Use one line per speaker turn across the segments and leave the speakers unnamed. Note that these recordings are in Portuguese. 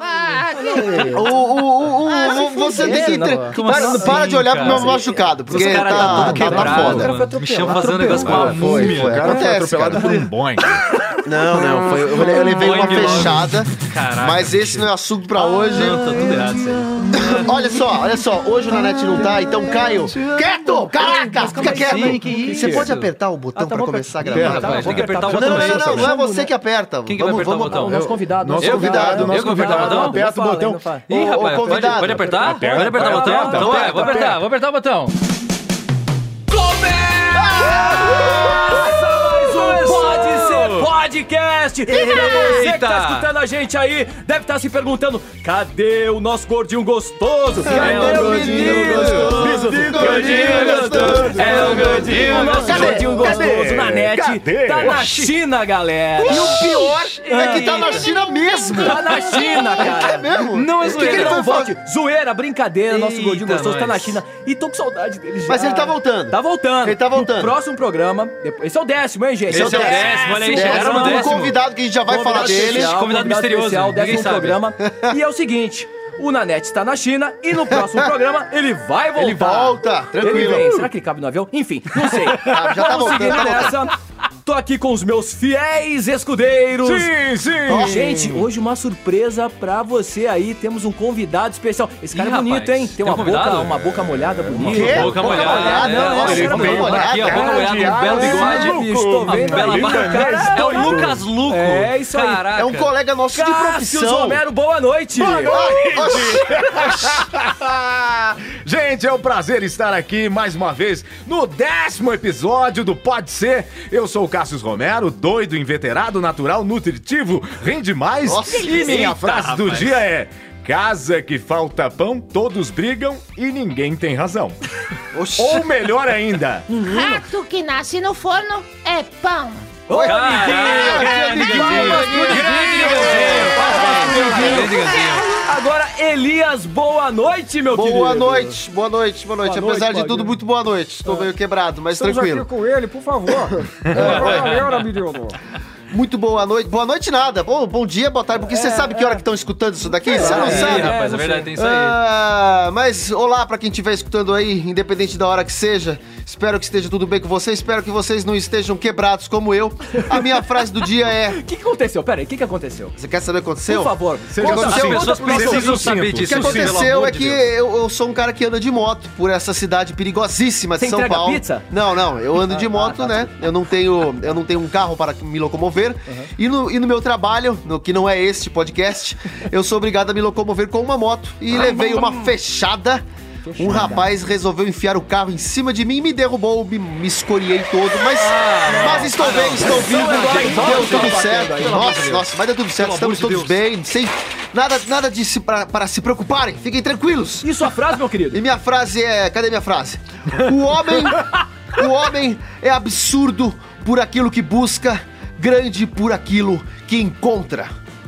Ah,
O, o, o, o- o- você tem que.
fuder,
entre-
não.
Para,
Como
para
assim,
de olhar pro meu
cara?
machucado, porque
Os
tá,
caras tá
tá,
tudo
tá,
quebrado,
foda.
mano.
foi
Me chama fazendo um
atropelado,
negócio com uma
cara. Foi,
múmia.
foi.
O cara foi
Acontece,
atropelado
cara.
por um boing.
Não, não, foi, eu, le- eu levei uma
Foi de longe.
fechada,
Caraca.
mas esse não é assunto pra hoje.
Não, tá tudo errado isso aí.
Olha só, olha só, hoje o Nanete não tá, então Caio, quieto! Caraca, fica
assim?
quieto!
Que isso? Ah,
Você pode apertar o botão
tá
então pra
bom,
começar a
aperta,
gravar?
aperta,
Tá
Rapaz,
bom.
tem que apertar o
Não,
botão
Não,
aí,
não, não,
sabe?
não é você que aperta.
Quem que vai apertar o botão?
Nosso convidado.
Eu-
Nosso
convidado,
Ah, nosso
eu convidado, não?
Aperta o
Não fala,
botão.
não fala.
Ih,
Ô, ô,
rapaz, pode,
convidado.
pode apertar?
Aperta,
pode apertar o
aperta,
botão?
aperta,
então vai,
aperta,
vou apertar,
aperta.
vou apertar o botão. Começa mais um
um Pode
Pode
ser podcast! E pra você que tá
Eita!
escutando a gente aí, deve estar se perguntando: cadê o nosso gordinho gostoso?
Cadê É o menino gostoso?
É o gordinho, o nosso
Cadê?
gordinho
Cadê?
gostoso na net.
Cadê?
Tá na China, galera.
E o pior é que tá na China mesmo!
Tá na China, cara.
É mesmo?
Não é
O que que ele
zoeira, não
foi
volte. Zoeira, brincadeira, nosso
Eita,
gordinho gostoso tá na
nós.
China. E tô com saudade dele já.
Mas ele tá voltando.
Tá voltando.
Ele tá voltando.
No próximo programa. depois- Esse é o décimo, hein, gente?
Esse é o décimo, olha aí, chegaram no
Temos um
décimo.
convidado que a gente já vai
um
falar dele.
especial,
Convidado misterioso,
Especial,
ninguém
décimo
sabe.
programa. E é o seguinte, o Nanete tá na China e no próximo programa ele vai voltar.
Ele volta, tranquilo.
Ele vem. Será que ele cabe no avião? Enfim, não sei.
Ah, já tá
Vamos
voltando,
seguindo
tá voltando.
nessa. Tô aqui com os meus fiéis escudeiros.
Sim, sim.
Ó, Gente, hoje uma surpresa pra você aí. Temos um convidado especial. Esse cara
Ih,
é bonito,
rapaz,
hein? Tem
tem
uma
um convidado?
boca, uma boca molhada bonita.
quê?
Boca
Boca
molhada,
molhada,
né?
não,
Nossa,
ele
ele
boca
veio
molhada,
aqui, ó, boca
cara,
molhada, um belo bigode.
Esse Estou
Uma
vendo
bela
aí,
barba.
cara.
É o Lucas Luco.
É isso aí.
Caraca.
É um colega nosso de
Cássio
profissão.
Romero, boa noite. Boa
Gente, é um prazer estar aqui mais uma vez no décimo episódio do Pode Ser. Eu sou o Cássio Romero, doido, inveterado, natural, nutritivo, rende mais.
Nossa,
e minha
eita,
frase do
rapaz.
dia é: Casa que falta pão, todos brigam e ninguém tem razão.
Oxi.
Ou melhor ainda,
Hum.
Rato que nasce no forno é pão.
Ah,
Caraca, grande
Amiguinho,
Gandinho. Grande Gandinho. Parabéns, Grande Gandinho.
Agora, Elias, boa noite, meu querido.
Boa noite, boa noite, boa noite.
Boa
Apesar
noite,
de tudo,
Baguinho.
muito boa noite. Tô meio quebrado, mas
Estamos
tranquilo.
aqui com ele, por favor. Valeu, Nabiliono.
Muito boa noite. Boa noite nada. Bom, bom dia, boa tarde. Porque você sabe que hora que estão escutando isso daqui? Você não
é,
sabe?
Ih, rapaz,
É,
a
não
verdade
sei.
tem isso aí.
Ah, mas olá pra quem estiver escutando aí, independente da hora que seja. Espero que esteja tudo bem com vocês. Espero que vocês não estejam quebrados como eu. A minha frase do dia é:
O que, que aconteceu? Pera aí, o que, que aconteceu?
Você quer saber o que aconteceu?
Por favor,
Seja
conta-
sucinto.
conta
As pessoas
pro nosso
precisam
Sucinto.
saber
O que
disso.
O que aconteceu é que eu, eu sou um cara que anda de moto por essa cidade perigosíssima de
Você
São
entrega
Paulo.
pizza?
Não, não, eu ando de
Ah,
moto,
tá, Uhum.
né? Eu não tenho, eu não tenho um carro para me locomover. E, no, e no meu trabalho, no, que não é este podcast, eu sou obrigado a me locomover com uma moto e levei uma fechada. Um rapaz resolveu enfiar o carro em cima de mim e me derrubou, me, me escoriei todo, mas, mas estou bem, estou vivo, deu tudo certo. Nossa, nossa, mas deu tudo certo,
Pelo amor
estamos
de
todos
Deus.
bem, sem nada, nada de se pra- para se preocuparem, fiquem tranquilos.
E sua frase, meu querido?
E minha frase é. Cadê minha frase? O homem. o homem é absurdo por aquilo que busca, grande por aquilo que encontra.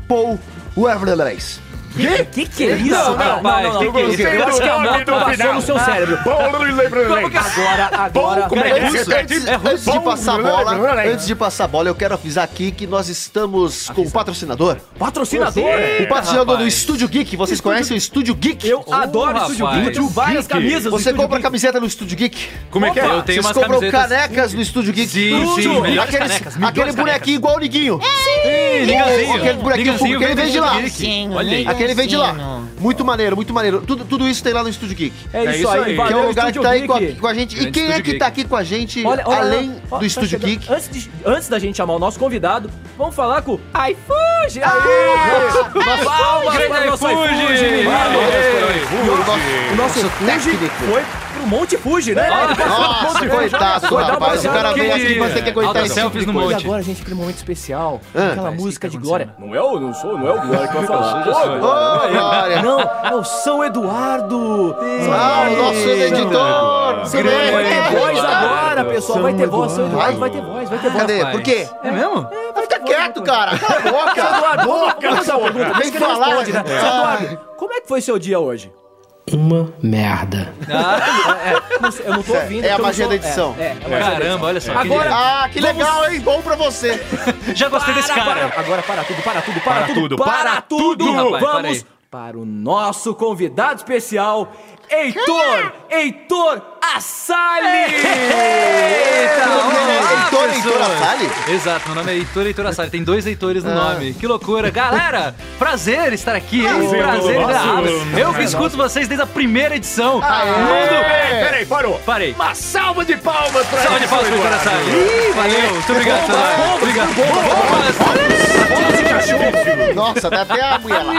Paul Werfleis.
Que que, que é isso,
Não,
cara?
rapaz, que que é isso?
Eu acho que a moto passou no seu cérebro.
Bom, lembrando.
Agora, agora.
Bom, como é que
Antes, antes- antes de passar a bola, antes de passar a bola, eu quero avisar aqui que nós estamos com o patrocinador.
Patrocinador.
O patrocinador do
rapaz.
Estúdio Geek. Vocês conhecem o Estúdio Geek?
É, Eu adoro
rapaz.
Estúdio Geek. Eu tenho várias
Geek.
camisas. do
Você
Estúdio
compra
Geek.
camiseta no Estúdio Geek?
Como é que
Eu
é?
tenho
Vocês
umas
compram
camisetas.
canecas no Estúdio Geek?
Sim, sim,
Tudo.
milhões de
Aqueles-
canecas, milhões de
Aquele bonequinho igual o Liguinho.
Liganzinho.
Aquele buraquinho
Liganzinho
que ele vem de lá.
Geek. Olha aí.
Aquele vem de lá. Muito maneiro, muito maneiro. Tudo, tudo isso tem lá no Estúdio Geek.
É isso,
É isso
aí.
aí.
que é
valeu,
o lugar que
Estúdio
tá aí
Geek.
com a, com a gente.
Grande
e quem é
Estúdio
que tá
Geek.
aqui com a gente,
Olha, olha,
além
olha, ó,
do
tá
Estúdio
chegando.
Geek?
Antes, de- antes da gente chamar o nosso convidado, vamos falar com o iFuji. Aê! Palmas para o nosso iFuji. O nosso Fuji
técnico.
foi pro Monte Fuji, né? Ele passou pro
Nossa,
Monte Fuji.
coitado,
Foi dar uma
rapaz. O cara veio aqui
queria.
pra ter que aguentar
Altas
esse
selfies
tipo
no
de
E
coisa.
monte.
agora a gente aquele momento especial,
Ah.
aquela
Mas
música
que
de
tá
Glória. Não é o, não sou, não é o Glória que vai falar.
Ô, Glória!
Não, é o São Eduardo.
Ah, o nosso editor!
São Eduardo vai ter
Grande.
voz agora, pessoal. Vai ter voz, São Eduardo.
Vai?
Vai ter voz, vai ter voz.
Cadê? Por quê?
É mesmo?
Fica quieto, cara! Cala a boca!
Eduardo, vamos- vamos fazer uma pergunta.
Vem
Vem que ele
falar,
responde, né?
né?
Seu Eduardo, como é que foi seu dia hoje?
uma merda.
Ah, é, não sei, eu não tô
É,
ouvindo.
é a
porque eu não
magia
sou-
da edição.
É, é, é a magia da edição.
Caramba, olha só. que
Agora-
Ah, que
Vamos-
legal, hein? Bom pra você.
legal. Já gostei desse
Para,
cara.
para, agora para tudo, para tudo, para,
Para
tudo,
tudo,
para
para
tudo.
tudo, rapaz, para
Vamos
aí.
para o nosso convidado especial, Heitor, Heitor Assali. Eita,
Olá,
Heitor, Heitor
pessoas.
Assali?
Exato, meu nome é Heitor Heitor Assali, tem dois Heitores no
Ah.
nome. Que loucura. Galera, prazer estar aqui, hein?
Prazer,
Prazer
nosso.
inenarrável. Eu que escuto vocês desde a primeira edição.
Ah, é?
Peraí, peraí, parou.
Parei.
Uma salva de palmas pra
Salve Então, de palmas pro Heitor Assali. Valeu, muito obrigado, Sonora. Obrigado.
Nossa, dá até a mulher lá.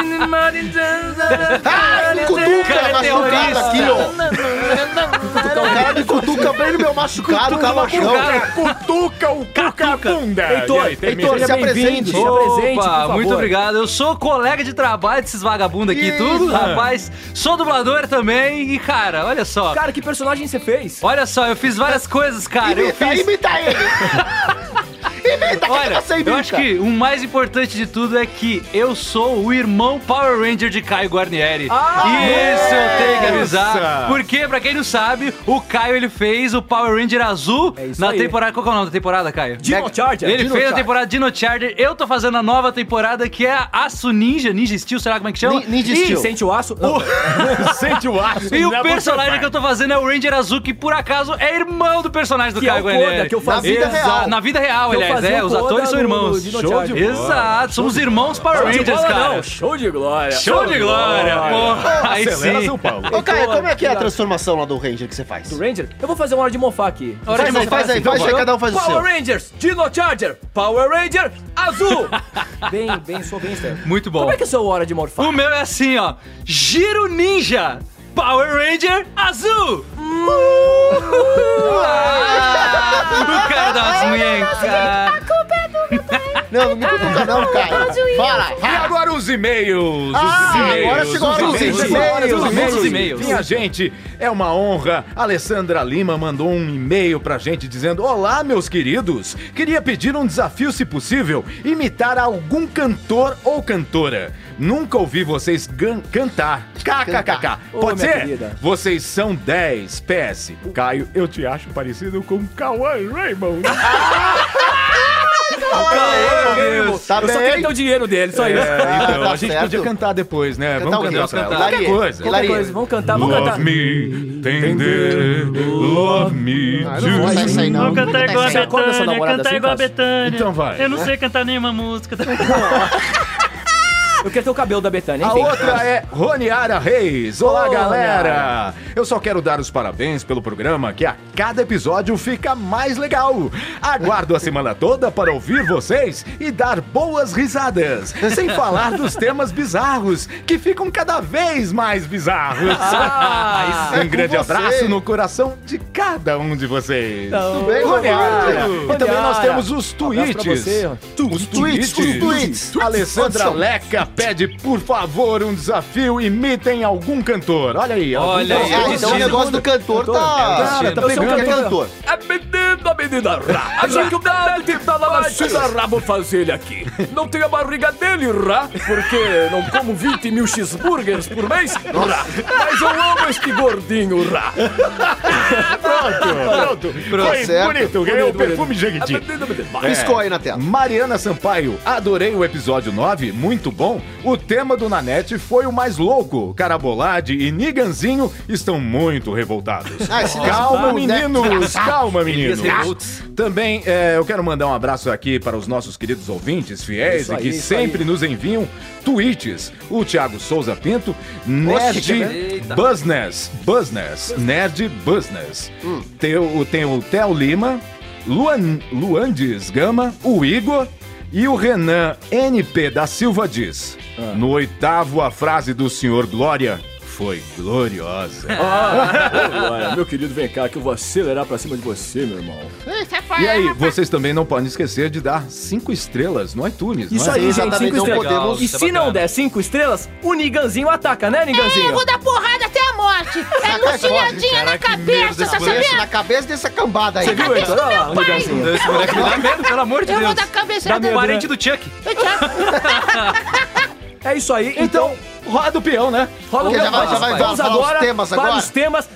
Ai, me cutuca,
Cara, é
machucado
terrorista.
aqui, ó. O cara me cutuca bem no meu machucado, calachão.
Cutuca o cucabunda.
Heitor,
E aí, termina.
Heitor, seja
Se apresente.
bem-vindo, se apresente, por
Opa,
favor.
muito obrigado. Eu sou colega de trabalho desses vagabundos aqui,
Ih,
tudo, rapaz. Sou dublador também e, cara, olha só.
Cara, que personagem você fez?
Olha só, eu fiz várias coisas, cara.
tá
Eu
Imita,
fiz.
imita ele. Imita, o que que
tá
Olha,
você imita?
eu acho que o mais importante de tudo é que eu sou o irmão Power Ranger de Caio Guarnieri.
Ah,
Isso eu tenho que
nossa!
avisar. Porque, pra quem não sabe, o Caio ele fez o Power Ranger azul
É isso
na
aí.
temporada. Qual que é o nome da temporada, Caio?
Dino Charger.
Ele
Dino
fez a
Charger.
temporada Dino Charger. Eu tô fazendo a nova temporada que é Aço Ninja, Ninja Steel, será como é que chama?
Ni- Ninja
e,
Steel.
Sente o aço.
Sente o aço.
E
né,
o personagem que eu tô fazendo é o Ranger Azul, que por acaso é irmão do personagem do
Que é
Caio
o Koda,
Guarnieri.
que eu fazia-
Exa-
Na vida real.
Na vida real,
Que eu
aliás,
fazia
é.
o
Os
Koda
atores são
no-
irmãos.
no Dino Show de Charger. bola.
Exato, somos irmãos Power
Show de
Rangers,
bola,
cara.
não. Show de glória.
Show de glória, pô. Aí
Acelera
sim.
seu Paulo.
Ô, Caio, como é que é a
Obrigado.
transformação lá do Ranger que você faz?
Do Ranger? Eu vou fazer uma hora de mofar aqui.
Hora de
Faz aí,
mostrar
faz aí,
assim,
faz
por
aí,
favor.
cada um faz o
Power
seu.
Rangers, Dino Charger, Power Ranger, azul. bem, bem, sou bem, Stan.
Muito bom.
Como é que é o seu hora de morfar?
O meu é assim, ó. Giro Ninja, Power Ranger Azul. Ah, o cara dá umas munhecas.
Não, não me cutuca não, Caio. Fala.
E agora os e-mails.
Ah,
os e-mails.
agora chegou a hora dos
e-mails.
e-mails.
Os e-mails.
Os e-mails.
Minha gente, é uma honra. Alessandra Lima mandou um e-mail pra gente dizendo: Olá, meus queridos. Queria pedir um desafio, se possível, imitar algum cantor ou cantora. Nunca ouvi vocês gan- cantar. KKKK.
Ô,
Pode
minha
ser?
querida.
Vocês são 10. PS. Caio, eu te acho parecido com Cauã Raymond. né?
Meu Deus.
Tá
eu só
bem.
queria ter o dinheiro dele, só isso.
É, então,
tá
a gente
certo.
podia cantar depois, né?
Cantar um o quê?
Vamos cantar, pra ela.
Cantar.
Qualquer coisa.
Qualquer
Hilaria.
coisa, vamos cantar, vamos cantar.
me, tender, love me,
Ah, Eu não vou cantar isso aí, não. é Não
Vou
vou
cantar igual a
isso aí, não.
Chacoalha sua
Betânia,
namorada
cantar
assim,
igual a
faz.
Betânia.
Então vai.
Eu não sei cantar nenhuma música.
Eu quero ter o cabelo da Betânia,
A
enfim.
outra é Roniara Reis. Olá,
Ô,
galera! Eu só quero dar os parabéns pelo programa, que a cada episódio fica mais legal. Aguardo a semana toda para ouvir vocês e dar boas risadas. Sem falar dos temas bizarros, que ficam cada vez mais bizarros.
Ah,
um grande
com você.
abraço no coração de cada um de vocês.
Tudo bem,
Roniara.
Roniara?
E também nós temos os
Abraço pra
tweets.
você.
Tu- Os tweets.
tweets, os tweets.
Alessandra
Pode ser.
Leca pede, por favor, um desafio. Imitem algum cantor. Olha aí. algum
Olha aí,
cantor.
Ah, então o negócio do cantor
É, o
tá...
destino.
Tá
Eu
sou
pegando que é
cantor.
cantor.
A menina, a menina Rá. A dificuldade da lavagina Rá, vou fazer ele aqui. Não tem a barriga dele, Rá, porque não como 20 mil cheeseburgers por mês, Rá. Mas eu amo este gordinho, Rá.
Pronto, pronto. Foi
Certo.
bonito. Ganhou o
Bonito, Ah,
perfume
A
Jequiti.
menina, a menina.
Piscou aí na tela.
Mariana Sampaio, adorei o episódio 9, muito bom. O tema do Nanete foi o mais louco. Carabolade e Niganzinho estão muito revoltados.
Ah, esse desgraçado, né?
calma, meninos, calma, meninos.
revoltos.
Também é, eu quero mandar um abraço aqui para os nossos queridos ouvintes fiéis
Isso
e
aí,
que
isso
sempre nos enviam tweets. O Thiago Souza Pinto, Nerd
Eita.
Business, Business, Nerd Business.
Hum.
Tem, o- tem o Theo Lima, Luan, Luandes Gama, o Igor e o Renan NP da Silva diz.
Ah.
No oitavo, a frase do senhor Glória foi gloriosa.
É, meu querido, vem cá que eu vou acelerar pra cima de você, meu irmão.
Ih, Sai fora,
E aí,
É, rapaz.
vocês também não podem esquecer de dar cinco estrelas no iTunes,
Isso
não é?
aí, gente,
Exatamente,
cinco
não
estrelas.
podemos-
E
Isso é
se não
bacana.
der cinco estrelas, o Niganzinho ataca, né,
Eu
Niganzinho?
vou dar porrada até a morte.
tá
É luciadinha na cabeça, tá
Cabeça
sabendo?
na cabeça dessa cambada aí.
Você viu, Heitor? Olha lá, o Niganzinho.
Esse moleque me dá medo, pelo amor de
Eu vou
Deus.
dar cabeça
Parente do Chuck.
É isso aí. Então,
Então, roda o peão, né?
roda o
já
meu
vai- já
passo.
vai
Vamos
vazar os
agora
temas
para
agora.
os temas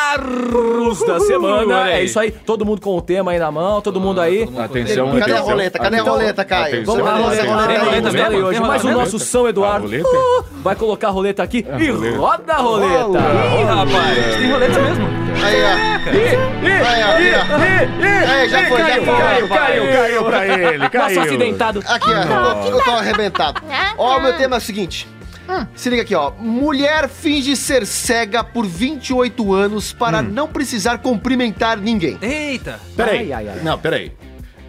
bizarros da semana.
olha aí.
É isso aí. Todo mundo com o tema aí na mão, todo mundo aí.
Ah, Atenção,
Cadê a
atenção.
roleta? Cadê a
Atenção,
roleta, Caio?
atenção,
Vamos lá,
Cadê a
roleta.
atenção.
roleta?
Tem
Tem
roleta
roleta
hoje,
mesmo?
Mas o
Tem roleta?
nosso São Eduardo
A roleta?
uh, vai colocar a roleta aqui e
roleta.
roda a roleta.
Ih, rapaz, tem roleta mesmo.
Aí, ó. Aí, ó, aqui, ó. Aí, já foi, já foi.
Caiu, caiu,
Caiu pra ele,
Nosso
caiu.
acidentado.
Aqui, ó. Eu tô arrebentado. Ó, meu tema é o seguinte. Se liga aqui, ó. Mulher finge ser cega por 28 anos
Hum.
para não precisar cumprimentar ninguém.
Eita.
Ai,
Peraí.
ai, ai.
Não, peraí.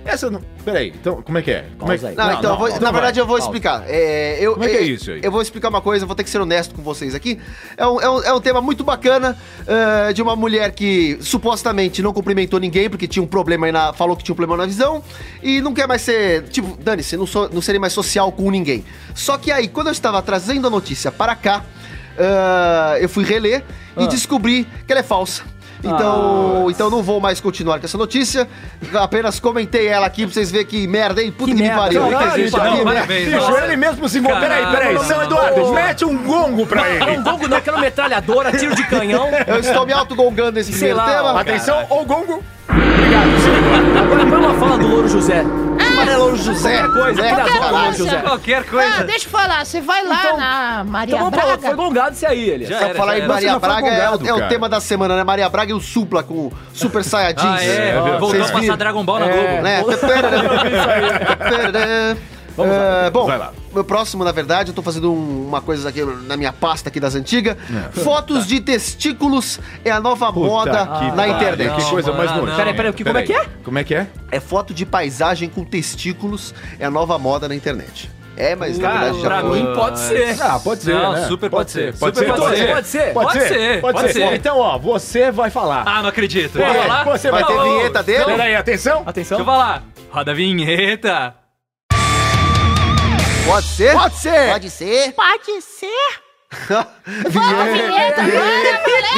Essa não. Peraí, então, como é que é? Como é que...
Pausa aí.
Não, então, eu vou- na verdade eu vou explicar. É, eu,
Como é que é
eu-
isso aí?
Eu vou explicar uma coisa, vou ter que ser honesto com vocês aqui. É um, é um, é um tema muito bacana ah, de uma mulher que supostamente não cumprimentou ninguém porque tinha um problema aí na. falou que tinha um problema na visão e não quer mais ser. Tipo, dane-se, não, sou, não serei mais social com ninguém. Só que aí, quando eu estava trazendo a notícia para cá, ah, eu fui reler e
Ah.
descobri que ela é falsa. Então, então não vou mais continuar com essa notícia. Apenas comentei ela aqui pra vocês verem que merda, hein? Puta que, me
merda.
pariu.
Caralho,
Que
gente, né? não,
merda.
parabéns,
Bicho,
nossa.
ele mesmo se envolveu. Peraí, peraí, São Eduardo, mete um gongo pra ele.
Não, gongo não, aquela metralhadora, tiro de canhão.
Eu estou me autogolgando nesse
Sei
primeiro
lá,
tema.
Atenção, ou gongo.
Agora põe uma fala do Louro José.
Amarelão José.
coisa,
né,
filha da
caralho.
mãe, José.
Qualquer
Ah,
coisa.
deixa eu falar, você vai lá
Então-
na Maria
Então vamos falar,
Braga.
foi gongado esse aí, ele.
Já
Pra
era,
falar
já
em
era.
Maria
Você não foi
Braga é, o-
folgado,
é o
cara.
tema da semana, né? Maria Braga e o Supla com o Super Saiyajins.
Ah, é. Voltou a
Vocês
passar
viram,
Dragon Ball na Globo.
né?
Vamos lá.
É, bom,
Vai lá.
meu próximo, na verdade, eu tô fazendo um- uma coisa aqui na minha pasta aqui das antigas.
É.
Fotos de testículos é a nova moda
Tá. que
na
pariu,
internet.
Que coisa mais
Não,
nojenta.
não. Peraí,
peraí, o que- como é que é?
Como é que é?
É foto de paisagem com testículos, é a nova moda na internet. É, mas na
Cara,
verdade já
pra
foi.
mim pode ser.
Ah, pode ser,
Não,
né?
super pode ser.
Pode
Super
ser,
pode ser.
Pode ser.
Pode
Pode
ser,
ser,
pode
pode
ser.
ser.
Então, ó, você vai falar.
Ah, não acredito.
É,
Vou falar?
você
Vai ter
falar.
vinheta dele?
Peraí, atenção.
Deixa
Atenção.
eu falar. Então, Roda a vinheta.
Pode ser? Pode ser! Pode ser!
Pode ser? Vamos,
É,
vinheta, vinheta,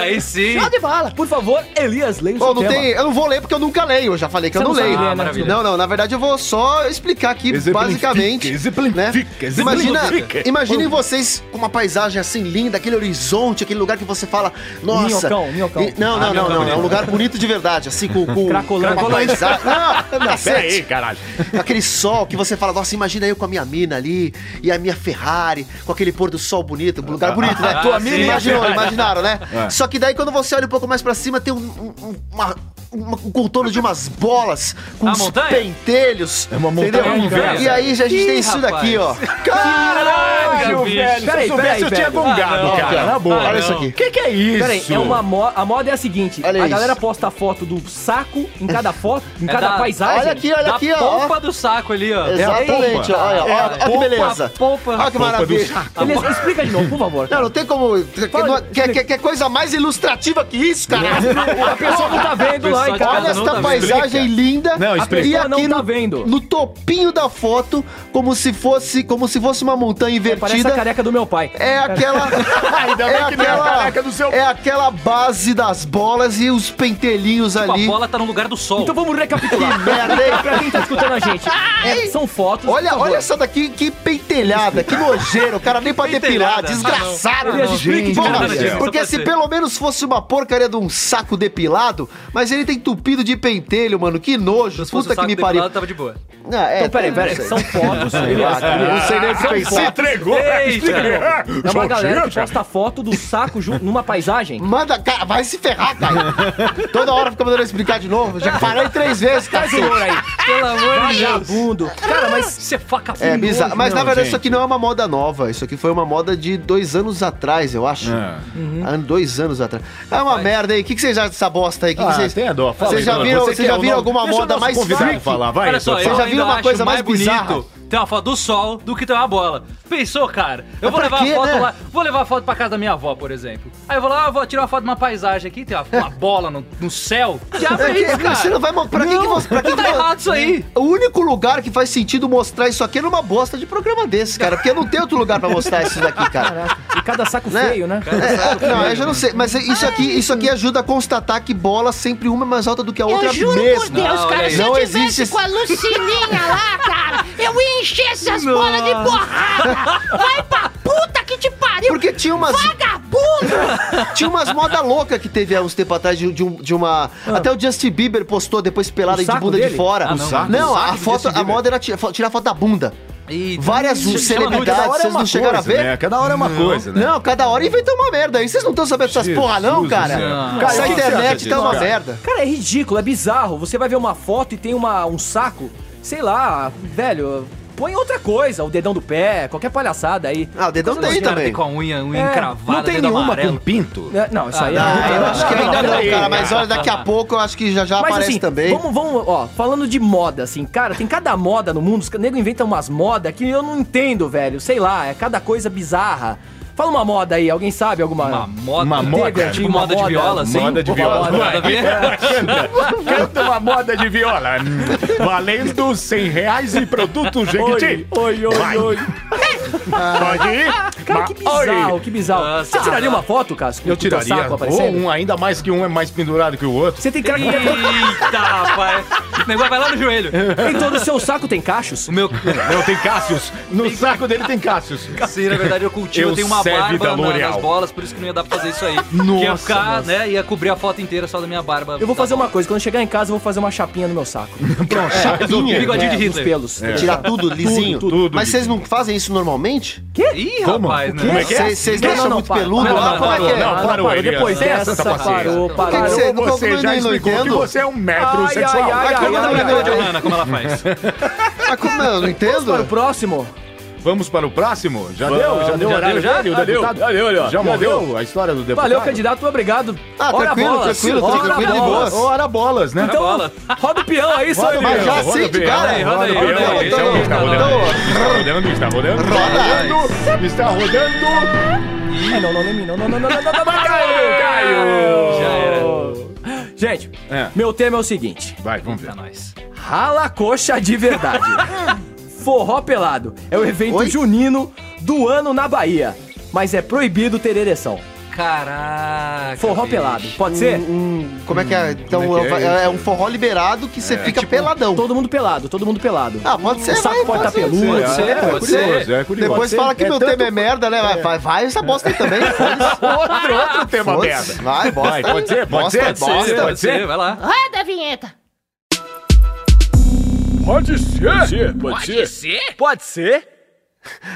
Aí sim.
Show de bola.
Por favor, Elias, leia o
Bom,
seu
não
tema.
tem, eu não vou ler porque eu nunca leio, eu já falei que
Você
eu não,
não sabe
leio.
ler, né?
Maravilha.
Não, não, na verdade eu vou só explicar aqui
Exemplifica,
basicamente. né?
exemplifica,
Imagina,
exemplifica.
imaginem vocês com uma paisagem assim linda, aquele horizonte, aquele lugar que você fala, nossa.
Minhocão, minhocão.
E- Não, não, não, não, é um lugar bonito de verdade, assim com com
Cracolândia.
com uma paisagem. Não,
Peraí,
cacete.
caralho.
Aquele sol que você fala, nossa, imagina eu com a minha mina ali e a minha Ferrari, com aquele pôr do sol bonito, um lugar bonito, né?
Ah, tua mina e a
imaginou,
Ferrari.
imaginaram, né?
É.
Só que daí quando você olha um pouco mais pra cima, tem um, um- um- uma- uma- um contorno de umas bolas com
A
uns
montanha?
pentelhos.
É uma montanha inversa.
E aí já a gente
Ih,
tem isso
rapaz.
daqui, ó.
bicho.
Caralho, velho. Se eu
Peraí,
soubesse,
peraí,
eu tinha
velho.
gongado,
Ah, não,
cara.
cara.
Na boa.
Ah,
Olha isso
não.
O
aqui.
que, que é isso?
Peraí, é uma mo- a moda é a seguinte:
Olha
a
isso.
galera posta a foto do saco em cada foto, em
É
cada
da-
paisagem.
Olha aqui, olha
Da
aqui, ó.
polpa do saco ali, ó.
É
Exatamente,
polpa.
ó. Olha,
É a
ó, olha que
polpa,
beleza.
polpa.
Olha que
polpa do
maravilha.
saco.
Elias, explica de novo, por favor.
Não, não tem como.
Fala,
Quer, quer, quer coisa mais ilustrativa que isso, caralho?
A pessoa não tá vendo lá em
Pessoal de
casa.
um
Olha
Cada
esta
não tá
paisagem linda.
Não, explica.
E
A pessoa
aqui
não tá
no,
vendo.
no topinho da foto, como se fosse, como se fosse uma montanha
Parece a
invertida.
careca do meu pai.
É aquela.
Ainda
é,
bem que não é a
aquela
careca do seu-
é aquela base das bolas e os pentelhinhos
Tipo, a
ali.
bola tá no lugar do sol.
Então vamos recapitular.
um merda, hein?
pra quem tá escutando a gente. é, são fotos. por
Olha,
favor.
olha essa daqui, que pentelhada, que nojeira. O cara nem pra depilar,
Pentelhada.
desgraçado.
Ah,
Elias,
não.
explique de
Porra,
Não,
verdade.
não, não, não.
porque
Só pra
se
ser.
pelo menos fosse uma porcaria de um saco depilado, mas ele tem tupido de pentelho, mano. Que nojo.
Se
Puta
fosse o
que
saco
me
depilado,
pariu.
Tava de boa.
Ah, é,
Então, peraí,
não
peraí.
sei.
São fotos, Elias.
não sei nem o que
São
pensar.
Ah, Se
fotos.
entregou.
Eita.
É uma galera que
Jorginho,
posta foto do saco junto numa paisagem.
Manda, cara, vai se ferrar, cara. Toda hora fica mandando eu explicar de novo. Já falei três vezes, cara.
Pelo amor de Deus.
Vagabundo. Cara, mas
Você é faca
É
furiosa.
bizarro. Mas na
não,
verdade,
gente.
isso aqui não é uma moda nova. Isso aqui foi uma moda de dois anos atrás, eu acho.
É.
Há Dois anos atrás. É uma merda aí. O que, que vocês acham dessa bosta aí? O que, que
Ah,
vocês.
tenha dó. Fala
Vocês
aí,
já
Bruno.
viram,
Você
vocês
que
já
é o
viram
novo-
alguma
Deixa o
moda
nosso
mais
convidado
freak?
falar, vai.
Olha só,
já
eu
Eduardo.
já
viram
viram
uma coisa mais
mais,
bizarra?
bonito ter uma foto do sol do que ter uma bola. Pensou, cara? Eu vou
pra
levar
quê,
a foto
né?
lá, vou levar a foto pra casa da minha avó, por exemplo. Aí eu vou lá, ah, vou tirar uma foto de uma paisagem aqui, tem uma, uma bola no, no céu. Já
É que-
é isso,
cara, Você não
cara.
vai. mo- Pra que, que você. Pra que
Tá
que vo-
errado isso aí.
O único lugar que faz sentido mostrar isso aqui é numa bosta de programa desse, cara. Porque não tem outro lugar pra mostrar isso daqui, cara.
E
Cada saco
Né?
feio, né?
Não,
é
eu já não sei, mas isso aqui, isso aqui ajuda a constatar que bola sempre uma é mais alta do que a outra
Eu juro por
mesmo.
Deus,
Não,
cara,
olha
se
aí.
eu
Não
tivesse
existe esse-
com a Lucilinha lá, cara, eu ia encher essas bolas de borracha. Vai pra puta que te pariu,
Porque tinha umas,
vagabundo!
tinha umas moda louca que teve há uns tempo atrás de, de um- de uma.
Ah.
Até o Justin Bieber postou depois pelada
O
e de
saco
bunda
dele?
de fora.
Ah,
não,
não.
não,
O saco
a
do
foto,
Justin
a
Bieber.
moda era tirar, tirar foto da bunda.
Eita.
Várias
então Chama-
celebridades,
Cada hora é
vocês
uma
não chegaram a
coisa,
ver?
né? Cada hora é uma coisa, né?
Não, cada hora inventa uma merda. aí vocês não estão sabendo essas
Jesus
porra, não,
do
cara?
céu.
Não.
Cara,
Essa
o que que você acha
internet
disso,
tá uma
cara?
merda.
Cara, é ridículo, é bizarro. Você vai ver uma foto e tem uma, um saco, sei lá, velho, põe outra coisa, o dedão do pé, qualquer palhaçada aí.
Ah, o dedão
Não
tem
tem
também.
com a unha, unha
É, não
encravada,
Não tem
dedo
nenhuma
amarelo.
com um pinto?
É, Não, isso aí é.
Ah, eu acho que ainda não,
peraí,
cara. Mas
cara.
olha, daqui a pouco eu acho que já já
Mas
aparece
assim,
também.
vamos, vamos, ó, falando de moda, assim, cara, tem cada moda no mundo, os nego inventam umas modas que eu não entendo, velho, sei lá, é cada coisa bizarra. Fala uma moda aí, alguém sabe alguma?
Uma moda.
Uma
Teve,
moda.
Tipo moda de
Moda. é?
viola, assim.
Moda de viola.
Nada a ver.
Canta uma moda de viola. Valendo 100 reais e produto
Oi, oi, oi, oi.
Pode ir?
Cara, que bizarro, que bizarro.
Nossa.
Você tiraria uma foto, Cássio? com
Eu
o teu
tiraria.
saco
Ou
aparecendo?
um, ainda mais que um é mais pendurado que o outro.
Você tem cara que
Eita, rapaz. O negócio vai lá no joelho.
Então no seu saco tem cachos?
O meu...
Não, tem Cássios. No saco dele tem Cássios.
Sim, na verdade eu cultivo,
Eu
eu tenho uma
serve da
barba na,
L'Oreal.
nas bolas, por isso que não ia dar pra fazer isso aí.
Nossa,
que ia ficar,
nossa.
né, ia cobrir a foto inteira só da minha barba. Tá
Eu vou
da
fazer
bola.
uma coisa, quando eu chegar em casa eu vou fazer uma chapinha no meu saco.
Pronto, chapinha.
Bigodinho de
É,
Hitler.
Os pelos.
Tirar tudo lisinho.
tudo, tudo
Mas vocês não fazem isso normalmente?
Ih,
Como?
rapaz,
Como é
né?
que é?
Vocês vocês
Não,
deixam
não,
muito
para,
peludo
para,
lá?
não,
Como é
para,
que é?
não,
para,
parou,
Elias.
depois dessa,
Santa paciência.
parou,
Por
que que
parou.
você- nunca
Você
ouviu
já
nem, não
explicou que
entendo.
você é um metro
Ai,
sexual.
ai, ai,
Vai,
ai,
vamos
ai,
lá,
ai.
vai.
Olha a Johanna, como ela faz.
Mas como eu Ah, não
Para o
entendo?
próximo?
Vamos para o próximo? Já deu? Já deu o
já deu,
horário?
já?
dele, o
Já deu,
deputado?
já deu, já
Já
deu.
morreu a história do deputado?
Valeu, candidato, obrigado.
Ah,
Ora
tranquilo,
bolas,
tranquilo,
ora
tranquilo, de
bolas.
boa.
Ora bolas, né?
Então,
bola.
roda o peão aí, seu
Roda o
Emílio.
Mas já assim de cara.
aí, roda aí,
Roda o peão,
roda aí.
esse é o que está rodando. Está rodando, está rodando, está rodando, está rodando.
Ai, não, não, não, não, não, não, não, não, não, não,
Caiu, caiu.
Já era.
não. Gente,
É.
meu tema é o seguinte.
Vai, vamos ver.
Pra nós.
Rala a coxa de verdade. Forró pelado é o evento
Oi?
junino do ano na Bahia, mas é proibido ter ereção.
Caraca.
Forró
bicho.
pelado, pode ser?
Hum, Como é que é? Então
Como é que é
é,
isso?
um forró liberado que você fica peladão.
Todo mundo pelado, todo mundo pelado.
Ah, pode ser,
o saco
vai,
pode estar
pode ser,
peludo.
pode ser,
é,
pode ser.
curioso, é curioso.
Depois
Você-
fala que
é
meu
tanto-
tema é merda, né? Vai, vai, vai essa bosta aí também. foda-se,
Outro, outro tema
foda-se.
merda.
Vai, bosta.
Vai, pode ser, pode
bosta,
ser,
é
pode
bosta.
ser,
Pode ser, vai lá.
Roda a vinheta!
Pode ser, pode ser.
ser?
Pode ser?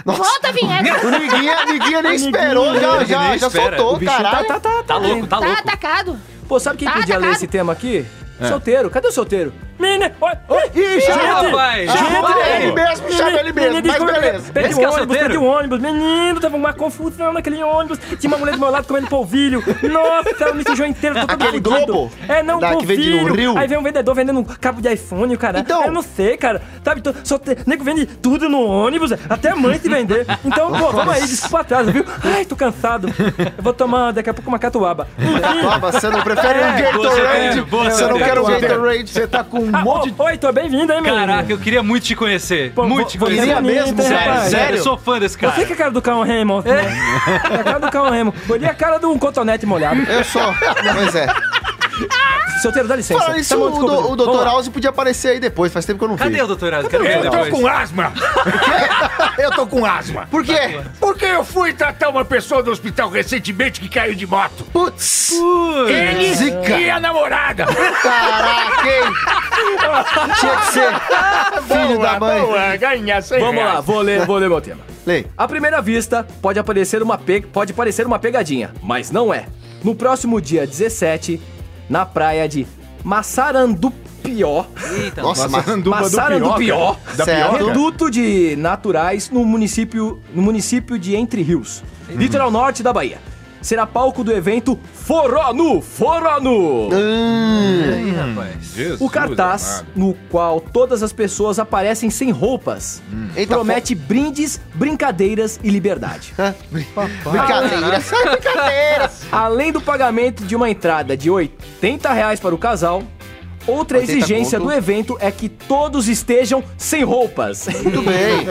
Nossa,
Volta a vinheta!
tá
o Niguinha, Niguinha nem esperou, já, já,
nem
já
espera.
soltou,
O
caralho.
Tá, tá, tá,
Tá louco, tá
Tá
louco.
atacado!
Pô, sabe quem
Tá
podia ler
atacado.
esse tema aqui? Solteiro, cadê o solteiro? É. Menina, oi, oi, ih,
Ah, rapaz.
Chama
Vai.
ele mesmo, chama ele mesmo, mas beleza.
Perdi
Esse
um
que é
ônibus,
solteiro?
perdi um ônibus. Menino, tava uma confusão naquele ônibus. Tinha uma mulher do meu lado comendo polvilho. Nossa, ela me sujou inteiro. Tô todo
Aquele
fudido.
Globo?
É, não,
Da- que vende no
polvilho.
Rio?
Aí vem um vendedor vendendo um cabo de iPhone, cara.
Então.
Eu não sei, cara. Sabe, tô, só te, nego vende tudo no ônibus, até a mãe se vender. Então, pô, vamos aí, desculpa atrás, viu? Ai, tô cansado. Eu vou tomar daqui a pouco uma catuaba.
Ah, mas você não prefere um Gatorade?
é, você
Você não
é,
quer um
você é.
Gatorade? Você tá com um
Ah,
monte de...
Oi, tô bem-vindo, hein, menino?
Caraca, eu queria muito te conhecer.
Pô,
muito te
vo- você
conhecer.
é bonito,
mesmo,
hein,
sério,
rapaz?
sério?
Eu sou fã desse cara.
Você que é a cara do Carl Raymond. né? É a cara do Carl Raymond. Olha a cara de um cotonete molhado.
Eu sou. Pois é.
Solteiro, dá licença. Tá
Fala isso,
bom,
o,
desculpa,
do- o
gente.
Dr.
Vamos lá.
Alzi podia aparecer aí depois, faz tempo que eu não vi.
Cadê o doutorado? Quero ver
Eu tô
depois.
com asma. Eu tô com asma.
Por quê?
Porque eu fui tratar uma pessoa do hospital recentemente que caiu de moto.
Putz!
Ele
é Zica.
e a namorada.
Caraca, hein? Tinha que ser filho
Boa,
da mãe.
boa, ganha 100
Vamos lá,
reais.
vou ler, vou ler meu tema.
Lei.
À primeira vista, pode, aparecer uma pe... pode parecer uma pegadinha, mas não é. No próximo dia 17, na praia de Massarandupió,
Eita,
Nossa, mas...
Massaranduba do
Massarandupió,
Pior, cara. Da
Certo.
Pior, cara.
reduto de naturais no município, no município de Entre Rios, litoral norte da Bahia. Será palco do evento Foronu, Foronu!
Ih, rapaz.
Jesus
O cartaz,
amado.
no qual todas as pessoas aparecem sem roupas,
Eita,
promete brindes, brincadeiras e liberdade.
Hã? Brin- Brincadeiras. Brincadeiras.
Além do pagamento de uma entrada de R$ 80 reais para o casal, Outra
80
exigência
conto.
do evento é que todos estejam sem roupas.
Muito bem.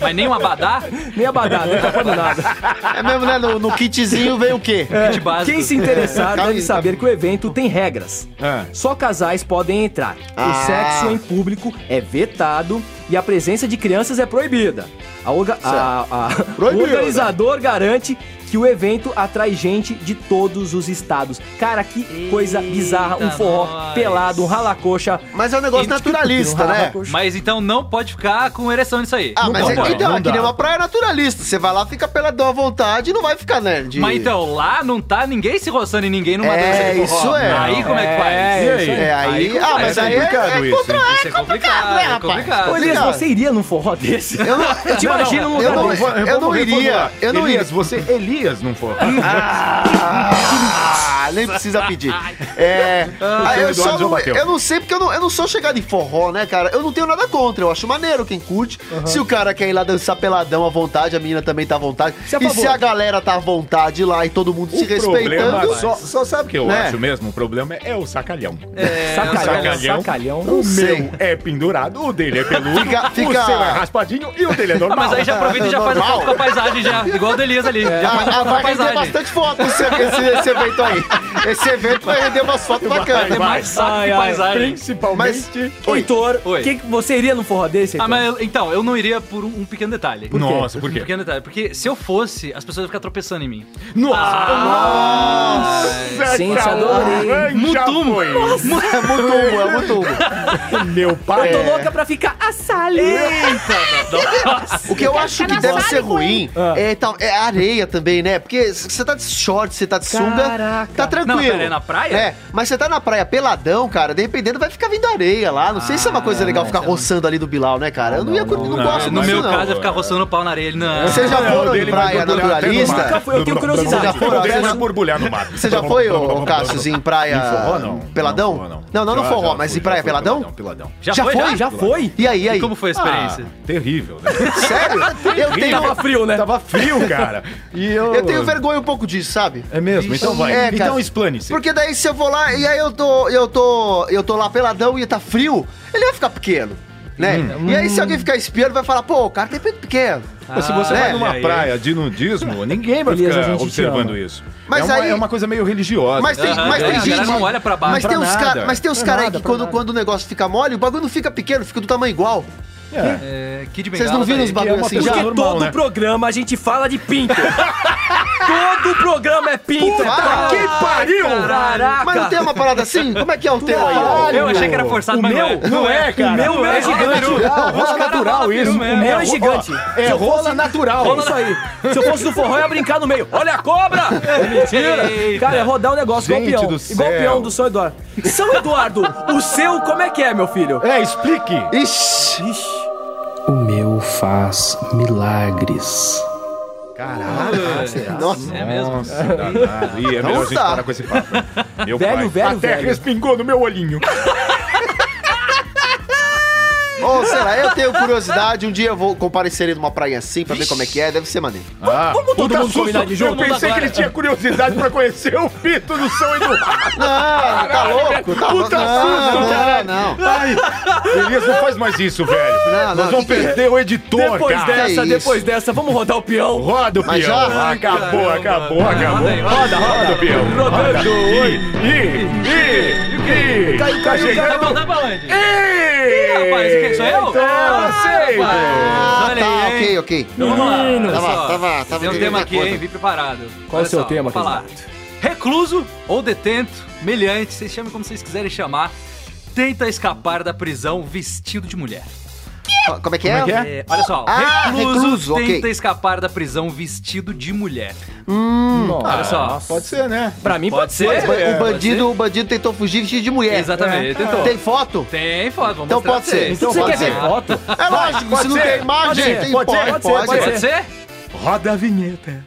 Mas nem um abadá?
Nem abadá, nem tapando tá nada.
É mesmo, né? No, no kitzinho vem o quê?
Kit básico.
É. Quem se interessar
Calma aí,
deve saber que o evento tem regras.
Ah.
Só casais podem entrar.
Ah.
O sexo em público é vetado e a presença de crianças é proibida. A orga- a- a-
Proibido. né?
O organizador garante que o evento atrai gente de todos os estados. Cara, que coisa
Eita,
bizarra. Um forró
nós.
pelado, um ralacoxa.
Mas é um negócio naturalista, né?
Mas então não pode ficar com ereção nisso aí.
Ah,
Não
mas é,
pode.
então,
não
é que nem
dá.
uma praia naturalista. Você vai lá, fica peladão à vontade e não vai ficar nerd.
Mas então, lá não tá ninguém se roçando em ninguém numa
É,
dança de forró.
isso é.
Aí como é que faz?
É,
E aí?
É, aí.
Aí
ah, mas
é
aí é,
complicado
é
isso,
contra-
Isso é complicado,
né,
é
rapaz?
complicado.
Ô, Elias,
Complicado.
você iria num forró desse?
Eu não,
Eu te imagino num
eu
lugar
não-
desse.
vou-
eu não
vou
iria,
reformular.
eu não
Elias, você, Elias, não for.
Ah, nem precisa pedir. É, ah, eu,
Eduardo
só
já
não,
bateu.
eu não sei porque eu não, eu não sou chegado em forró, né, cara? Eu não tenho nada contra, eu acho maneiro quem curte. Se o cara quer ir lá dançar peladão à vontade, a menina também tá à vontade.
Você é a
e
favor?
se a galera tá à vontade lá e todo mundo se
problema, é
respeitando.
só, só sabe o que eu
Né?
acho mesmo? O problema é o sacalhão.
Sacalhão,
sacalhão.
sacalhão.
O
sei.
meu é pendurado, o dele é peludo,
Fica- fica-
o seu é raspadinho e o dele é
Ah,
normal.
mas aí já aproveita e já faz a
né? Normal.
foto com a paisagem já, igual o do Elias ali. Já faz a
Ah, ah,
foto com a
vai render
paisagem.
bastante foto esse, esse- esse evento aí. Esse evento vai render umas fotos
É
bacanas.
mais saco
Ai,
que
ai,
paisagem.
Mas.
Principalmente...
Heitor,
Oi.
que que- você iria num forró desse,
Ah,
Heitor?
mas então, eu não iria por um, um pequeno detalhe.
Por quê? Nossa, por quê?
Um pequeno detalhe. Porque se eu fosse, as pessoas iam ficar tropeçando em mim.
Nossa! Nossa!
Gente,
cara,
adorei.
já
Mutum.
foi.
É mutumbo, é mutumbo.
Meu pai.
É.
Eu tô louca pra ficar assalê.
O que eu acho que
na
deve
sala
ser
e com
ruim é, tal, é a areia também, né? Porque c- você tá de short, você tá de sunga,
Caraca.
tá
Não,
tranquilo.
pera, é na praia?
É, mas você tá na praia peladão, cara, de repente vai ficar vindo areia lá. Não sei se é uma coisa legal ficar roçando ali do Bilal, né, cara? Eu não, ia, não,
não,
gosto
não,
No
mas
disso,
meu
não.
caso, é ficar roçando o pau na areia. Ele, Não.
Vocês já
É, o
foram em
dele vai
praia
borbulhar até no
naturalista?
mar.
Nunca fui, eu tenho curiosidade.
Já foi,
Eu
o dele vai
confesso.
borbulhar no mar.
Você já foi, ô, Cassius, em praia
Em forró, não.
peladão?
Não, forró, não.
não, não, no
Já-
forró,
já
mas
fui,
em praia
já fui
peladão?
Peladão.
Já,
Já
foi?
foi, já foi.
E aí, e aí?
E como foi a experiência? Tá
Ah, terrível, né?
Sério? Eu tenho,
Tava frio, né?
Tava frio, cara. E eu...
eu tenho vergonha um pouco disso, sabe?
É mesmo? Então vai.
É, cara.
então explane-se.
Porque daí se eu vou lá e aí eu tô, eu tô, eu tô lá peladão e tá frio, ele vai ficar pequeno, né? E aí se alguém ficar espiando vai falar, pô, o cara tem peito pequeno.
Mas se você vai
né?
numa
Aí.
é praia de nudismo, ninguém vai
Elias, a
ficar
gente te
observando
ama.
isso.
Mas
é, uma,
aí-
é uma coisa meio religiosa.
Mas tem,
Aham,
mas
é,
tem
a
gente.
galera não olha pra baixo.
mas, tem
Pra
uns
nada.
ca- mas tem uns
Pra
caras aí
nada,
que
pra
quando,
nada.
quando o negócio fica mole, o bagulho não fica pequeno, fica do tamanho igual.
É.
É, Kid
Vocês
Bengala
não viram
tá
os
aí.
que é
bagulhos
uma
assim
coisa
já?
Porque
normal,
todo
né?
programa a gente fala de pinto. todo programa é pinto.
Puta
cara.
que
pariu!
Caraca.
Mas não tem uma parada assim? Como é que é o teu aí?
Caralho.
Eu achei que era forçado,
O
mas
meu?
não é.
Não é, cara.
O meu, o meu é gigante.
natural,
Os caras
rola um natural né? um
rolam
isso.
peru
O
mesmo.
meu é gigante.
É rola natural.
É isso aí. Se eu fosse do forró, eu ia brincar no meio. Olha a cobra! Mentira!
Eita.
Cara, ia rodar um negócio igual o
Gente
peão.
do
Igual o
céu.
peão do São Eduardo. São Eduardo, o seu como é que é, meu filho?
É, explique.
Ixi,
Ixi.
O meu faz milagres.
nossa.
É mesmo.
Nossa, danado. Ih, é melhor a gente
tá.
parar com esse papo. Meu
Velho,
pai.
velho,
Até
velho.
respingou no meu olhinho.
Ou será? Eu tenho curiosidade. Um dia eu vou comparecer em uma praia assim pra ver como é que é. Deve ser maneiro.
Ah,
Vamos todo
puta
mundo
susto.
combinar de
Eu
jogo?
pensei que
agora.
ele tinha curiosidade pra conhecer o pito do São Eduardo.
Não, tá louco? Tá louco?
Puta susto,
Não, não,
caralho.
não.
Ai, Elias, não faz mais isso, velho.
Não, não,
Nós
que
vamos
que é?
perder o editor,
Depois
cara.
que
dessa,
é
depois
isso?
dessa, vamos rodar o peão.
Roda o
Mas
peão.
já?
Acabou, acabou, acabou.
Roda aí, roda.
Roda, roda o peão.
Rodando,
Roda.
oi.
Ih, ih, ih.
Caiu,
Tá
caiu,
Vai
chegando.
voltar pra onde?
Ih,
rapaz, o que, sou eu?
Então, sei, velho.
Ah,
Olha
tá,
aí,
ok,
hein?
ok.
Então vamos lá. Olha
Tava-
só,
tava- tava
Tem um
de-
tema
de
aqui,
acordo.
hein? Vim preparado.
Qual
Olha
o seu
só,
tema,
vou falar. Recluso ou detento, meliante, vocês chamem como vocês quiserem chamar, tenta escapar da prisão vestido de mulher.
Como é que é?
É, olha só,
Ah,
recluso,
recluso, ok.
tenta escapar da prisão vestido de mulher.
Hum.
Olha só.
Pode ser, né?
Pra mim pode,
Pode ser.
ser.
O ba-
É,
o bandido, o bandido tentou fugir vestido de mulher. É.
Exatamente, ele tentou.
Tem foto?
Tem foto, vamos
Então
mostrar
pode
pra vocês.
ser. Então
Você
pode
quer
ser.
ver foto?
É lógico, se não
ser,
tem imagem,
pode ser,
tem
pode ser, pode ser, pode
Pode ser?
Roda a vinheta.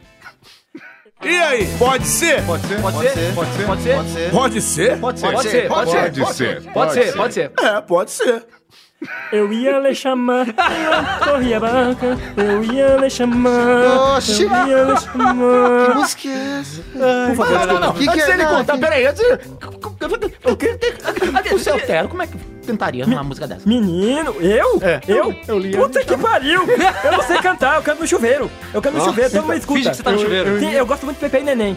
E aí, pode ser?
Pode ser?
Pode ser, pode ser, pode ser.
Pode ser?
Pode ser.
Pode ser,
Pode ser.
Pode ser, pode ser.
É, pode ser.
Eu ia lhe chamar, eu corri a barraca, eu ia lhe chamar,
Oxi.
eu ia lhe chamar.
Que música é essa?
Por favor,
não, não. Que que
antes
é?
dele
Não,
contar,
que-
peraí, antes. Eu queria ter. O seu Tero, como é que cantaria uma música dessa?
Menino, eu?
É.
Eu?
Eu li,
Puta
então.
que pariu! Eu não sei cantar, eu canto no chuveiro. Eu canto no chuveiro, todo mundo escuta.
Finge que você tá no chuveiro.
Sim, eu gosto muito de Pepe e Neném.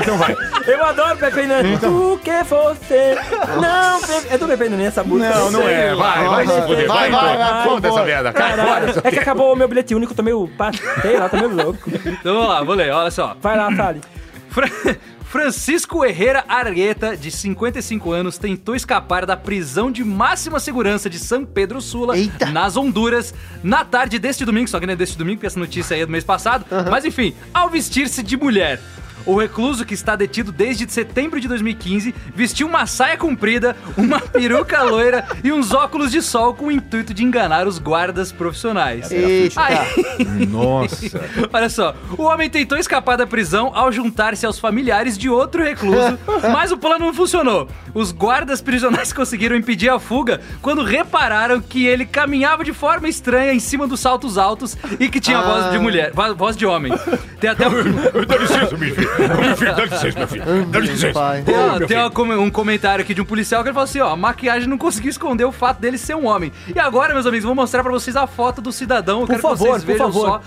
Então vai. Eu adoro Pepe e Neném. Tu que você... Não, Pepe... É do Pepe e Neném essa música.
Não, não é. Vai, vai se fuder.
Vai,
Vai,
vai,
vai.
vai, por
Foda essa
favor.
merda, cara.
Caralho, é que acabou o meu bilhete único, eu tô meio... Sei lá, tô meio louco.
Então vamos lá, vou ler, olha só.
Vai lá, Thali.
Fra- Francisco Herrera Argueta, de 55 anos, tentou escapar da prisão de máxima segurança de São Pedro Sula,
Eita.
nas Honduras, na tarde deste domingo, só que não é deste domingo, porque essa notícia aí é do mês passado, mas enfim, ao vestir-se de mulher. O recluso, que está detido desde setembro de 2015, vestiu uma saia comprida, uma peruca loira e uns óculos de sol com o intuito de enganar os guardas profissionais.
Eita.
Aí-
Nossa.
Olha só, o homem tentou escapar da prisão ao juntar-se aos familiares de outro recluso, mas o plano não funcionou. Os guardas prisionais conseguiram impedir a fuga quando repararam que ele caminhava de forma estranha em cima dos saltos altos e que tinha voz de mulher, vo- voz de homem. Tem até um,
Dá licença, meu filho. Meu filho, dá licença, meu filho. Dá licença.
pai.
Ô,
Tem, uma-
meu
tem
filho.
uma come- um comentário aqui de um policial que ele falou assim: ó, a maquiagem não conseguiu esconder o fato dele ser um homem. E agora, meus amigos, vou mostrar pra vocês a foto do cidadão. Eu
Por
quero
favor,
que vocês
por
vejam
favor.
só.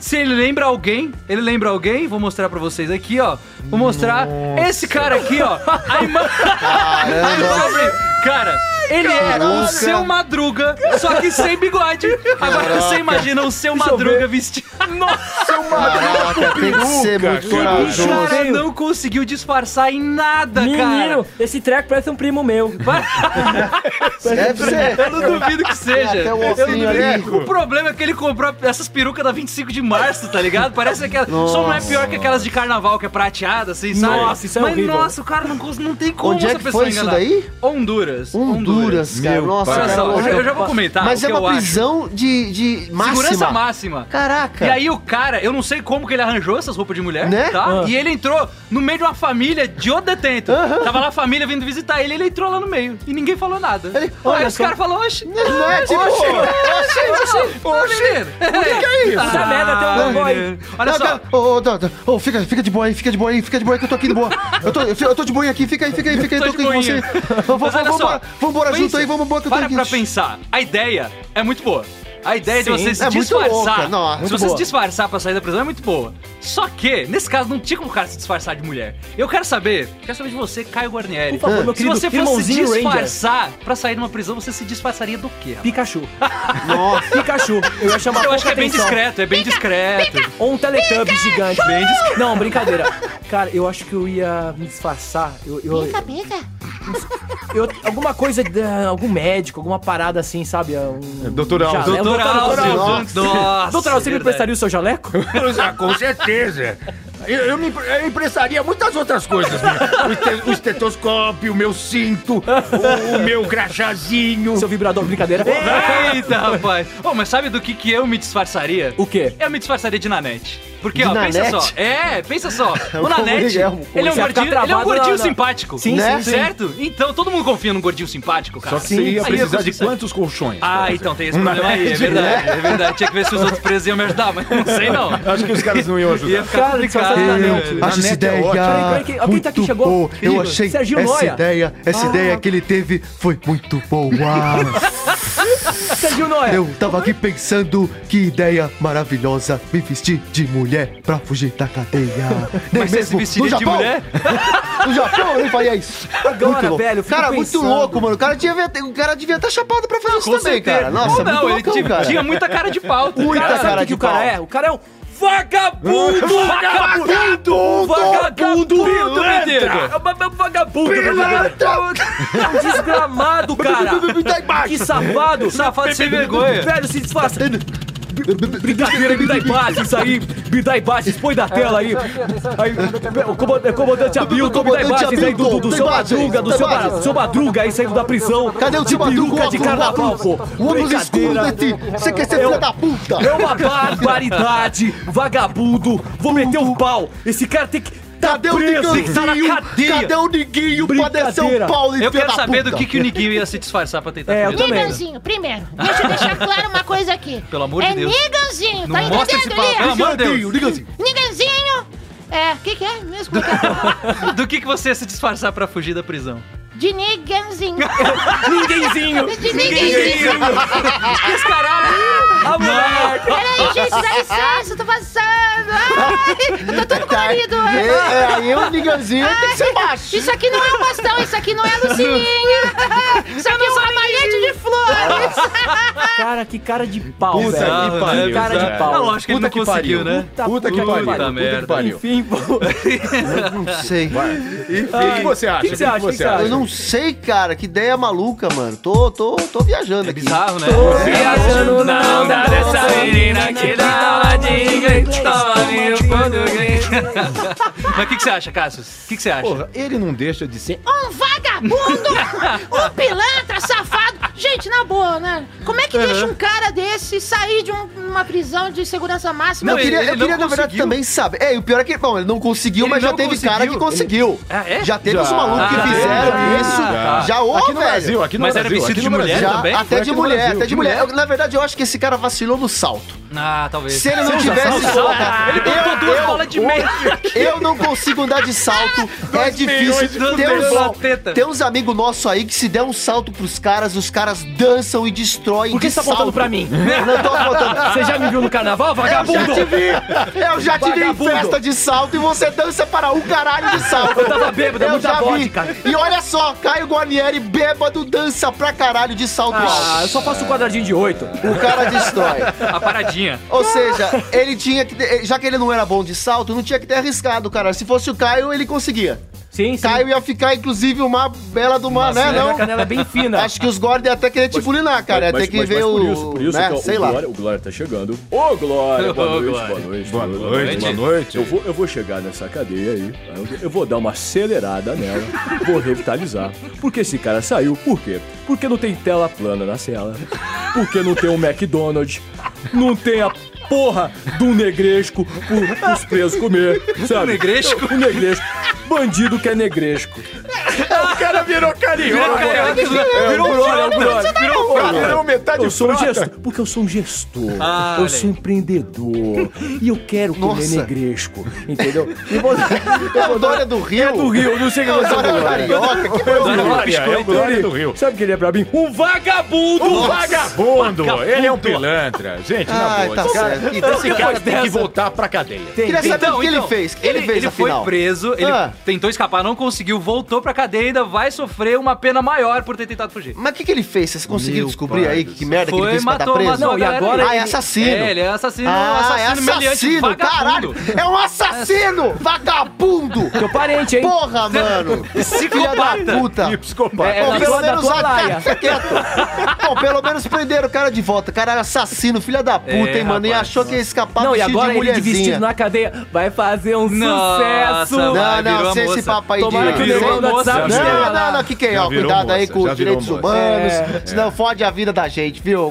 Se ele lembra alguém, ele lembra alguém, vou mostrar pra vocês aqui, ó. Vou mostrar esse cara aqui, ó. A imagem. é Cara, ele era o
Caraca.
seu Madruga, só que sem bigode. Agora você imagina o seu Madruga vestido.
Caraca, tem que ser muito corajoso.
O cara não conseguiu disfarçar em nada, cara.
Menino, esse treco parece um primo meu.
Deve ser.
Eu não duvido que seja.
Até o
Eu não
ossinho
duvido.
ali.
O problema é que ele comprou essas perucas da 25 de março, tá ligado? Parece aquela. Só não é pior que aquelas de carnaval que é prateada, assim, sabe?
Nossa, isso é
Mas
horrível.
nossa, o cara não, cons- não tem como
Onde é
essa
que
pessoa
foi isso
enganar.
daí?
Honduras.
Honduras, Um cara.
Meu
Nossa,
pai.
Olha
cara,
só, eu já-
horrível.
eu já vou comentar.
Mas
Tá, o
é
que
uma
eu acho.
prisão de, de máxima.
Segurança máxima.
Caraca.
E aí o cara, eu não sei como que ele arranjou essas roupas de mulher,
Né?
tá? E ele entrou no meio de uma família de outro detento. Tava lá a família vindo visitar ele, ele entrou lá no meio. E ninguém falou nada.
Ele-
Aí
olha
os
só.
caras falaram, oxi,
Não é tipo... Tá,
oxi, o que é isso?
Essa merda tem um logo
né?
aí.
Olha
Não,
só,
cara, Ô, ô, Dota, ô, fica, fica de boa aí, fica de boa aí, fica de boa aí que eu tô aqui de boa. Eu tô, eu tô de boa aqui, fica aí, fica aí, fica aí,
Tô
tô,
de
aqui com você.
boinha.
Vamos,
Mas olha
vamos,
só,
vambora, vambora
pensa,
junto aí, vamos embora que eu tô
para
aqui.
pra pensar. A ideia é muito boa. A ideia de
Sim.
você se
É muito louca,
disfarçar.
não, é
se
muito
você
boa.
se disfarçar pra sair da prisão é muito boa. Só que, nesse caso, não tinha como o cara se disfarçar de mulher. Eu quero saber, quero saber de você, Caio Guarnieri.
Por favor, meu
se
querido
você fosse se
irmãozinho Ranger.
disfarçar pra sair de uma prisão, você se disfarçaria do quê? rapaz?
Pikachu. Pikachu. Eu ia chamar
Eu acho que é bem
pouca atenção.
discreto, é bem discreto.
Ou um Teletubbies gigante. Não, brincadeira. Cara, eu acho que eu ia me disfarçar. Eu, eu,
Pica, pica.
eu- alguma coisa, de- algum médico, alguma parada assim, sabe? Um,
Doutor Alves.
jaleco.
Doutor Alves,
Doutor Alves.
nossa, nossa,
Doutor Alves, você me
verdade.
prestaria o seu jaleco?
Ah, com certeza. Eu, eu me empre- eu emprestaria muitas outras coisas. né? O, este- o estetoscópio, o meu cinto, o, o meu crachazinho.
Seu vibrador, brincadeira. É.
Eita, rapaz. Ô, mas sabe do que, que eu me disfarçaria?
O quê?
Eu me disfarçaria de Nanete. Porque,
De
ó, pensa
Nanete?
só. É, pensa só. O
Como
Nanete,
ele é um-
ele é um
Você vai ficar
gordinho, ele é um
travado
gordinho
na- na-
simpático.
Sim,
Né?
sim. Certo? Então, todo mundo confia num gordinho simpático, cara.
Só que você ia
Aí
precisar
eu
de
consigo-
quantos colchões?
Ah, então tem esse problema aí, é verdade, é verdade. Tinha que ver se os outros presos iam me ajudar, mas não sei não.
Acho que os caras não iam
Ia
ajudar.
ficar
Cara,
complicado.
disfarçado de
né,
Nanete.
velho?
Na
Acho essa
neta é
ideia.
ótimo.
Peraí, peraí, alguém tá aqui,
muito
chegou?
boa. Eu
Ih,
achei
Serginho
essa
Noia.
ideia,
Ah.
essa ideia que ele teve foi muito boa.
Serginho Noia.
Eu tava aqui pensando que ideia maravilhosa me vestir de mulher pra fugir da cadeia. Nem
Mas você se vestiria de mulher?
No Japão eu nem faria isso.
Agora, velho, eu fico
Cara,
pensando.
muito louco, mano. O cara devia, o cara devia estar chapado pra fazer isso
Com
também,
certeza.
cara. Nossa, é
não,
muito
ele
loucão,
tinha,
cara.
tinha muita cara de pau.
Muita
Cara, sabe
cara
o que
de
o cara
pau.
é? O cara é um vagabundo!
Vagabundo!
Vagabundo!
Pilantra!
É um Vagabundo!
Pilantra!
É um desgramado, cara!
Tá embaixo!
Ah, Que safado!
Safado sem vergonha.
Velho, se disfarça! Brincadeira, me dá embaixo isso aí! Me dá embaixo, expõe da tela aí! aí o comandante, comandante Abilton, me dá
Comandante
embaixo aí do, do, do
Abilton,
seu
tem imagens,
Madruga, do
tem
seu,
imagens.
seu Madruga aí saindo da prisão!
Cadê o
de
tio Madruga?
peruca de carnaval, pô?
O óculos escuro,
Brincadeira.
Neti. Você quer ser
Eu-
filha da puta?
É uma barbaridade, vagabundo. Vou meter um pau. Esse cara tem que. Tá
Cadê o
preso, tem que estar na
Niganzinho?
cadeia.
Cadê o Niguinho pra descer o
Brincadeira.
pau e
Eu quero saber do que, que o Niguinho ia se disfarçar pra tentar
É, eu
fugir.
também.
Niganzinho, primeiro, deixa eu deixar claro uma coisa aqui.
né? Pelo amor de
é
Deus.
Niganzinho, tá
Não mostra esse
entendendo,
pau, pelo
Elias?
amor de Deus.
Niganzinho! É, o que que é mesmo? Que eu quero falar?
Do que, que você ia se disfarçar pra fugir da prisão?
De Niganzinho.
Ninguémzinho.
De Niganzinho.
Descarado! A mulher!
Peraí, gente, dá licença, eu tô passando. Ai, eu tô todo colorido.
Tá, é, é, aí o Niganzinho tem que ser baixo.
Isso aqui não é um bastão, isso aqui não é Lucilinha. Isso aqui é um ramalhete de flores.
Cara, que cara de pau,
Puta
velho.
que pariu,
É, cara de
velho.
pau.
Ah, lógico que ele não
que
conseguiu,
pariu.
né?
Puta que
puta
pariu.
que
Puta que
merda.
pariu.
Enfim, pô.
Não sei.
ah, O que que você acha?
que você acha? Que que você
Eu não sei, cara. Que ideia maluca, mano. Tô, tô, tô viajando aqui.
Bizarro, né?
Viajando
Não dá dessa menina que dá aula de inglês, toma meu português. Mas o que, que você acha, Cassius? O que, que você acha?
Porra, ele não deixa de ser.
Um vagabundo, um pilantra, safado. Gente, na boa, né? Como é que deixa um cara desse sair de um- uma prisão de segurança máxima?
Eu queria,
ele-
eu
ele
queria
não
na verdade,
conseguiu.
também saber. É, e o pior é que, bom, ele não conseguiu,
Ele
mas já
não
teve
conseguiu.
cara que conseguiu.
Ah, é?
Já teve os
Já.
malucos
Ah,
que fizeram
já.
isso.
Já.
Já ô,
Aqui no
velho.
Brasil, aqui no
Mas era
Brasil.
vestido
aqui
de
no
mulher
Brasil.
Já,
também?
até
Foi
de
aqui no
mulher,
Brasil.
até de
De
mulher.
mulher.
Eu, na verdade, eu acho que esse cara vacilou no salto.
Ah, talvez.
Se ele não
Sensação,
tivesse
salto.
colocado-
Ele botou
Eu-
duas
eu-
bolas de meia.
Eu não consigo andar de salto, é difícil.
milhões de
Tem
futebol.
uns,
um Teta.
tem uns amigos nossos aí que se der um salto pros caras, os caras dançam e destroem
Por que
de
você tá apontando
salto.
pra mim?
Não tô
Ah,
apontando.
Você já me viu no carnaval,
um- Eu já
vagabundo?
te vi! Eu já te vi em
Vagabundo.
festa de salto e você dança para um caralho de salto!
Eu tava bêbado, é
Eu
muita
já vi!
vodka.
E olha só, Caio Guarnieri bêbado dança pra caralho de salto
Ah, eu
alto.
só faço um quadradinho de oito.
O cara destrói.
A paradinha.
Ou seja, ele tinha que. ter- Já que ele não era bom de salto, não tinha que ter arriscado, cara. Se fosse o Caio, ele conseguia.
Sim, sim.
Caio ia ficar, inclusive, uma bela do mar, né?
Nossa,
Não?
A canela é bem fina.
Acho que os guardas iam até querer te bulinar, cara. Ia ter É, que ver o.
Por isso, por isso
né?
que é o,
Sei
o
lá.
Glória, o Glória tá chegando. Ô, Glória, boa
Ô,
noite,
Glória.
boa noite.
Boa noite, boa noite.
Eu vou, eu vou chegar nessa cadeia aí, eu- eu vou dar uma acelerada nela, vou revitalizar. Porque esse cara saiu, por quê? Porque não tem tela plana na cela, porque não tem um McDonald's, não tem a porra do negresco pro- pros presos comer,
Um
sabe? O
negresco?
O negresco. Bandido que é negresco.
O cara virou carinho.
Virou carioca.
É,
É um
Virou um
Virou
Glória. Virou um Glória. Virou metade
Eu sou um
Tá frota.
gestor, porque eu sou um gestor,
Ah,
eu
olha
sou um empreendedor e eu quero comer
Nossa.
negresco, entendeu? E você
É o Dória do Rio. É
do Rio, não sei o que você
Dória é Carioca. que
É o
Glória,
Glória, é o Glória do Rio.
Sabe o que ele é pra mim? Um vagabundo!
Um vagabundo. Ele é um pilantra. Gente,
Ah,
na
Ai,
boa.
tá
esse
certo.
cara-
Então,
Esse cara tem que voltar pra cadeia.
Queria saber o que
Então,
ele fez. O que ele, fez,
Então, ele foi
afinal?
preso, ele
Ah.
tentou escapar, não conseguiu, voltou pra cadeia e ainda vai sofrer uma pena maior por ter tentado fugir.
Mas o que, que ele fez? Vocês conseguiram
Meu
descobrir
pai
aí
do
que, merda que ele
Foi,
fez pra estar
matou,
preso?
matou
Não, e
a galera.
agora
Ah, é assassino.
É, ele é assassino,
Ah, é
assassino, meliante,
assassino, caralho!
vagabundo.
É um assassino! Vagabundo!
Teu parente, hein?
Porra, mano! Filha da
Psicopata.
puta!
E psicopata.
É,
Bom,
é
pelo
igual a da
menos
tua
a-
laia.
Fica quieto. Bom, pelo menos prenderam o cara de volta. Cara, assassino, filha da puta,
É,
hein, mano? E
rapaz.
achou que ia escapar
Não, e
vestido
agora ele de vestido
mulherzinha.
na cadeia vai fazer um
Nossa,
sucesso.
mano.
Não,
Ah, virou
não,
a
sem
moça.
esse papo aí
Tomara
de...
que o
sem-
negão do WhatsApp
Não,
esteja
não, não,
lá.
que quem é?
Já
ó,
virou
Cuidado aí
moça,
com
já
os direitos
virou moça.
humanos,
É.
senão fode a vida da gente, viu?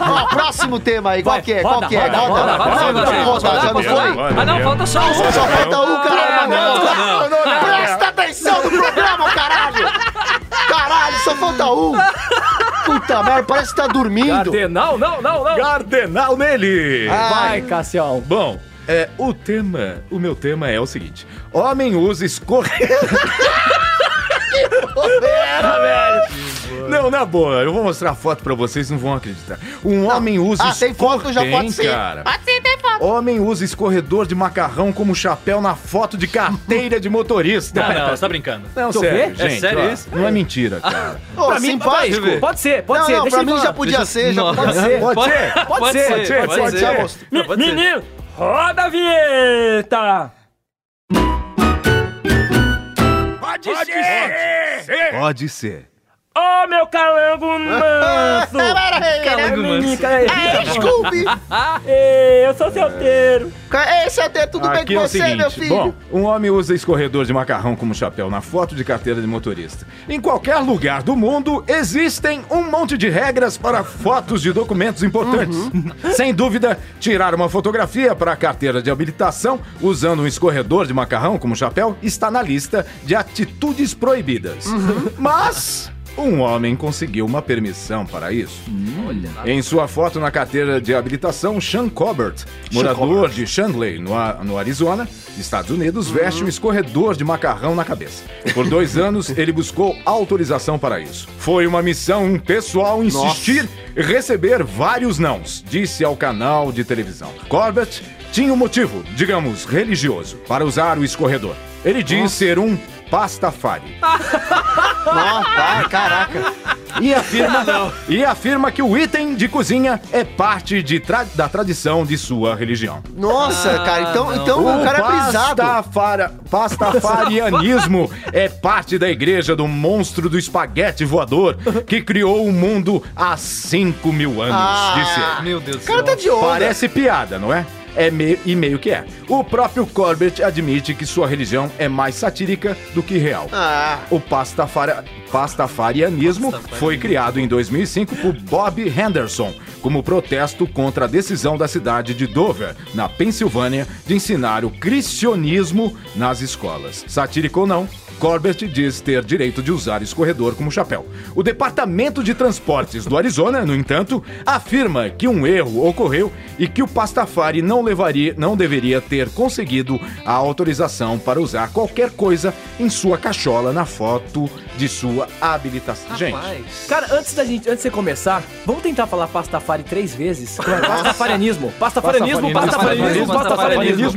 Ó, próximo tema aí, qual
Vai,
que é?
roda,
Qual que é?
roda,
Não,
roda, roda,
não,
roda,
não,
roda,
roda, já não
roda,
foi?
roda.
Ah, não, falta só um.
Só falta um,
Ah,
caralho!
não,
mano.
não, não.
Presta atenção no programa, caralho! Caralho, só falta um! Puta merda, parece que tá dormindo!
Cardenal? Não, não, não.
Cardenal nele.
Ah.
Vai, Cassião.
Bom, é, o tema, o meu tema é o seguinte: homem usa escorrer. Ah, Não, na boa, eu vou mostrar a foto pra vocês, não vão acreditar. Um homem usa
Ah, tem foto, já
escorrem,
pode ser.
cara. Homem usa escorredor de macarrão como chapéu na foto de carteira de motorista.
Ah, não, você tá brincando.
Não,
Tô
sério,
vendo? É
gente,
sério
ó,
isso?
Não é mentira, cara.
Ô,
Pra mim,
simpático!
vai, Assim pode ser, pode
não,
ser.
não,
deixa
pra
ele
mim já
falar.
podia ser, já
Nossa.
pode ser.
Pode
Pode
ser.
ser,
Pode
pode
ser,
ser,
pode
pode
ser,
ser.
pode ser.
Não, pode ser.
Menino, roda a vinheta.
Pode ser. Pode ser.
Ô, meu calango manso!
é né?
Calango
Menino,
manso.
cara,
É, Scooby!
Ei, eu sou solteiro.
É, esse até tudo bem
Aqui
com
é o
você,
seguinte,
meu filho?
Bom, um homem usa escorredor de macarrão como chapéu na foto de carteira de motorista. Em qualquer lugar do mundo, existem um monte de regras para fotos de documentos importantes.
Uhum.
Sem dúvida, tirar uma fotografia para a carteira de habilitação usando um escorredor de macarrão como chapéu está na lista de atitudes proibidas.
Uhum.
Mas... Um homem conseguiu uma permissão para isso. Em sua foto na carteira de habilitação, Sean Cobert, morador de Chandler, no, A- no Arizona, Estados Unidos, veste um escorredor de macarrão na cabeça. Por dois anos, ele buscou autorização para isso. Foi uma missão pessoal insistir, e receber vários nãos, disse ao canal de televisão. Corbett tinha um motivo, digamos, religioso, para usar o escorredor. Ele diz ser um pastafari.
Nossa, caraca.
E afirma, e afirma que o item de cozinha é parte de tra- da tradição de sua religião.
Nossa, cara. Então, então o cara é brisado.
pastafara- pastafarianismo é parte da igreja do monstro do espaguete voador que criou o mundo há 5 mil anos,
Ah,
disse ele.
Meu Deus
O
do céu.
cara tá de onda.
Parece piada, não é? É meio, e meio que é. O próprio Corbett admite que sua religião é mais satírica do que real.
Ah,
O pastafara- pastafarianismo foi criado em 2005 por Bob Henderson como protesto contra a decisão da cidade de Dover, na Pensilvânia, de ensinar o cristianismo nas escolas. Satírico ou não, Corbett diz ter direito de usar escorredor como chapéu. O Departamento de Transportes do Arizona, no entanto, afirma que um erro ocorreu e que o Pastafari não levaria, não deveria ter conseguido a autorização para usar qualquer coisa em sua cachola na foto de sua habilitação. Gente,
Cara, antes da gente, antes de você começar, vamos tentar falar pastafari três vezes? Pastafarianismo. Pastafarianismo, pastafarianismo,
Pastafarianismo,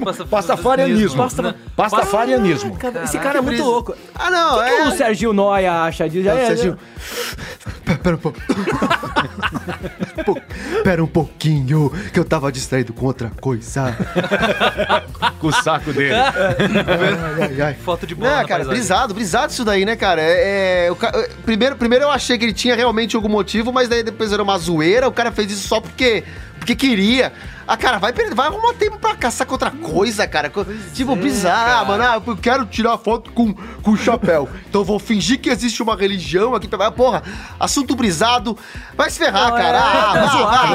pastafarianismo.
pastafarianismo,
Pasta-
pastafarianismo.
Cara, Esse cara é muito
brisa.
louco.
ah não,
O que
é.
o Serginho Noia acha disso? É,
Serginho. Pera um pouco. Pô, Pera um pouquinho, que eu tava distraído com outra coisa.
Com o saco dele.
Ai, ai, ai.
Foto de bola
Não,
na
cara,
paisagem.
brisado, brisado isso daí, né, cara? É, é, o ca- é, primeiro, primeiro eu achei que ele tinha realmente algum motivo, mas daí depois era uma zoeira, o cara fez isso só porque, porque queria. Ah, cara, vai, perder- vai arrumar tempo pra caçar com outra
Hum,
coisa, cara. Co-
é,
tipo, brisar, mano, ah, eu quero tirar foto com, com o chapéu. então eu vou fingir que existe uma religião aqui. pra- ah, Porra, assunto brisado, vai se ferrar, cara.
Tá
Ah, vai, vai, é vai,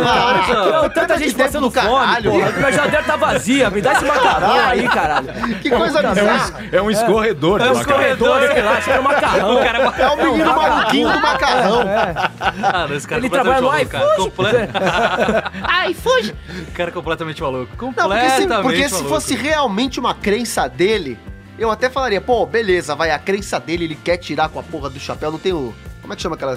vai.
Não, tanta gente
Que tempo
passando
do caralho.
fome, porra. A geladeira tá vazia. Me dá esse macarrão aí, caralho.
Que coisa
É um,
bizarra.
es- é um escorredor, de macarrão.
Corredor, sei lá, acho que era um macarrão.
O cara
É o menino maluquinho do macarrão.
Ah, não, esse cara
Ele
é completamente
trabalha no
maluco, cara. Comple-
Ai, fuge!
O cara é completamente maluco.
Não, porque
Completamente
se, porque se
maluco.
fosse realmente uma crença dele, eu até falaria, pô, beleza, vai, a crença dele, ele quer tirar com a porra do chapéu, não tem o... Como é que chama aquela...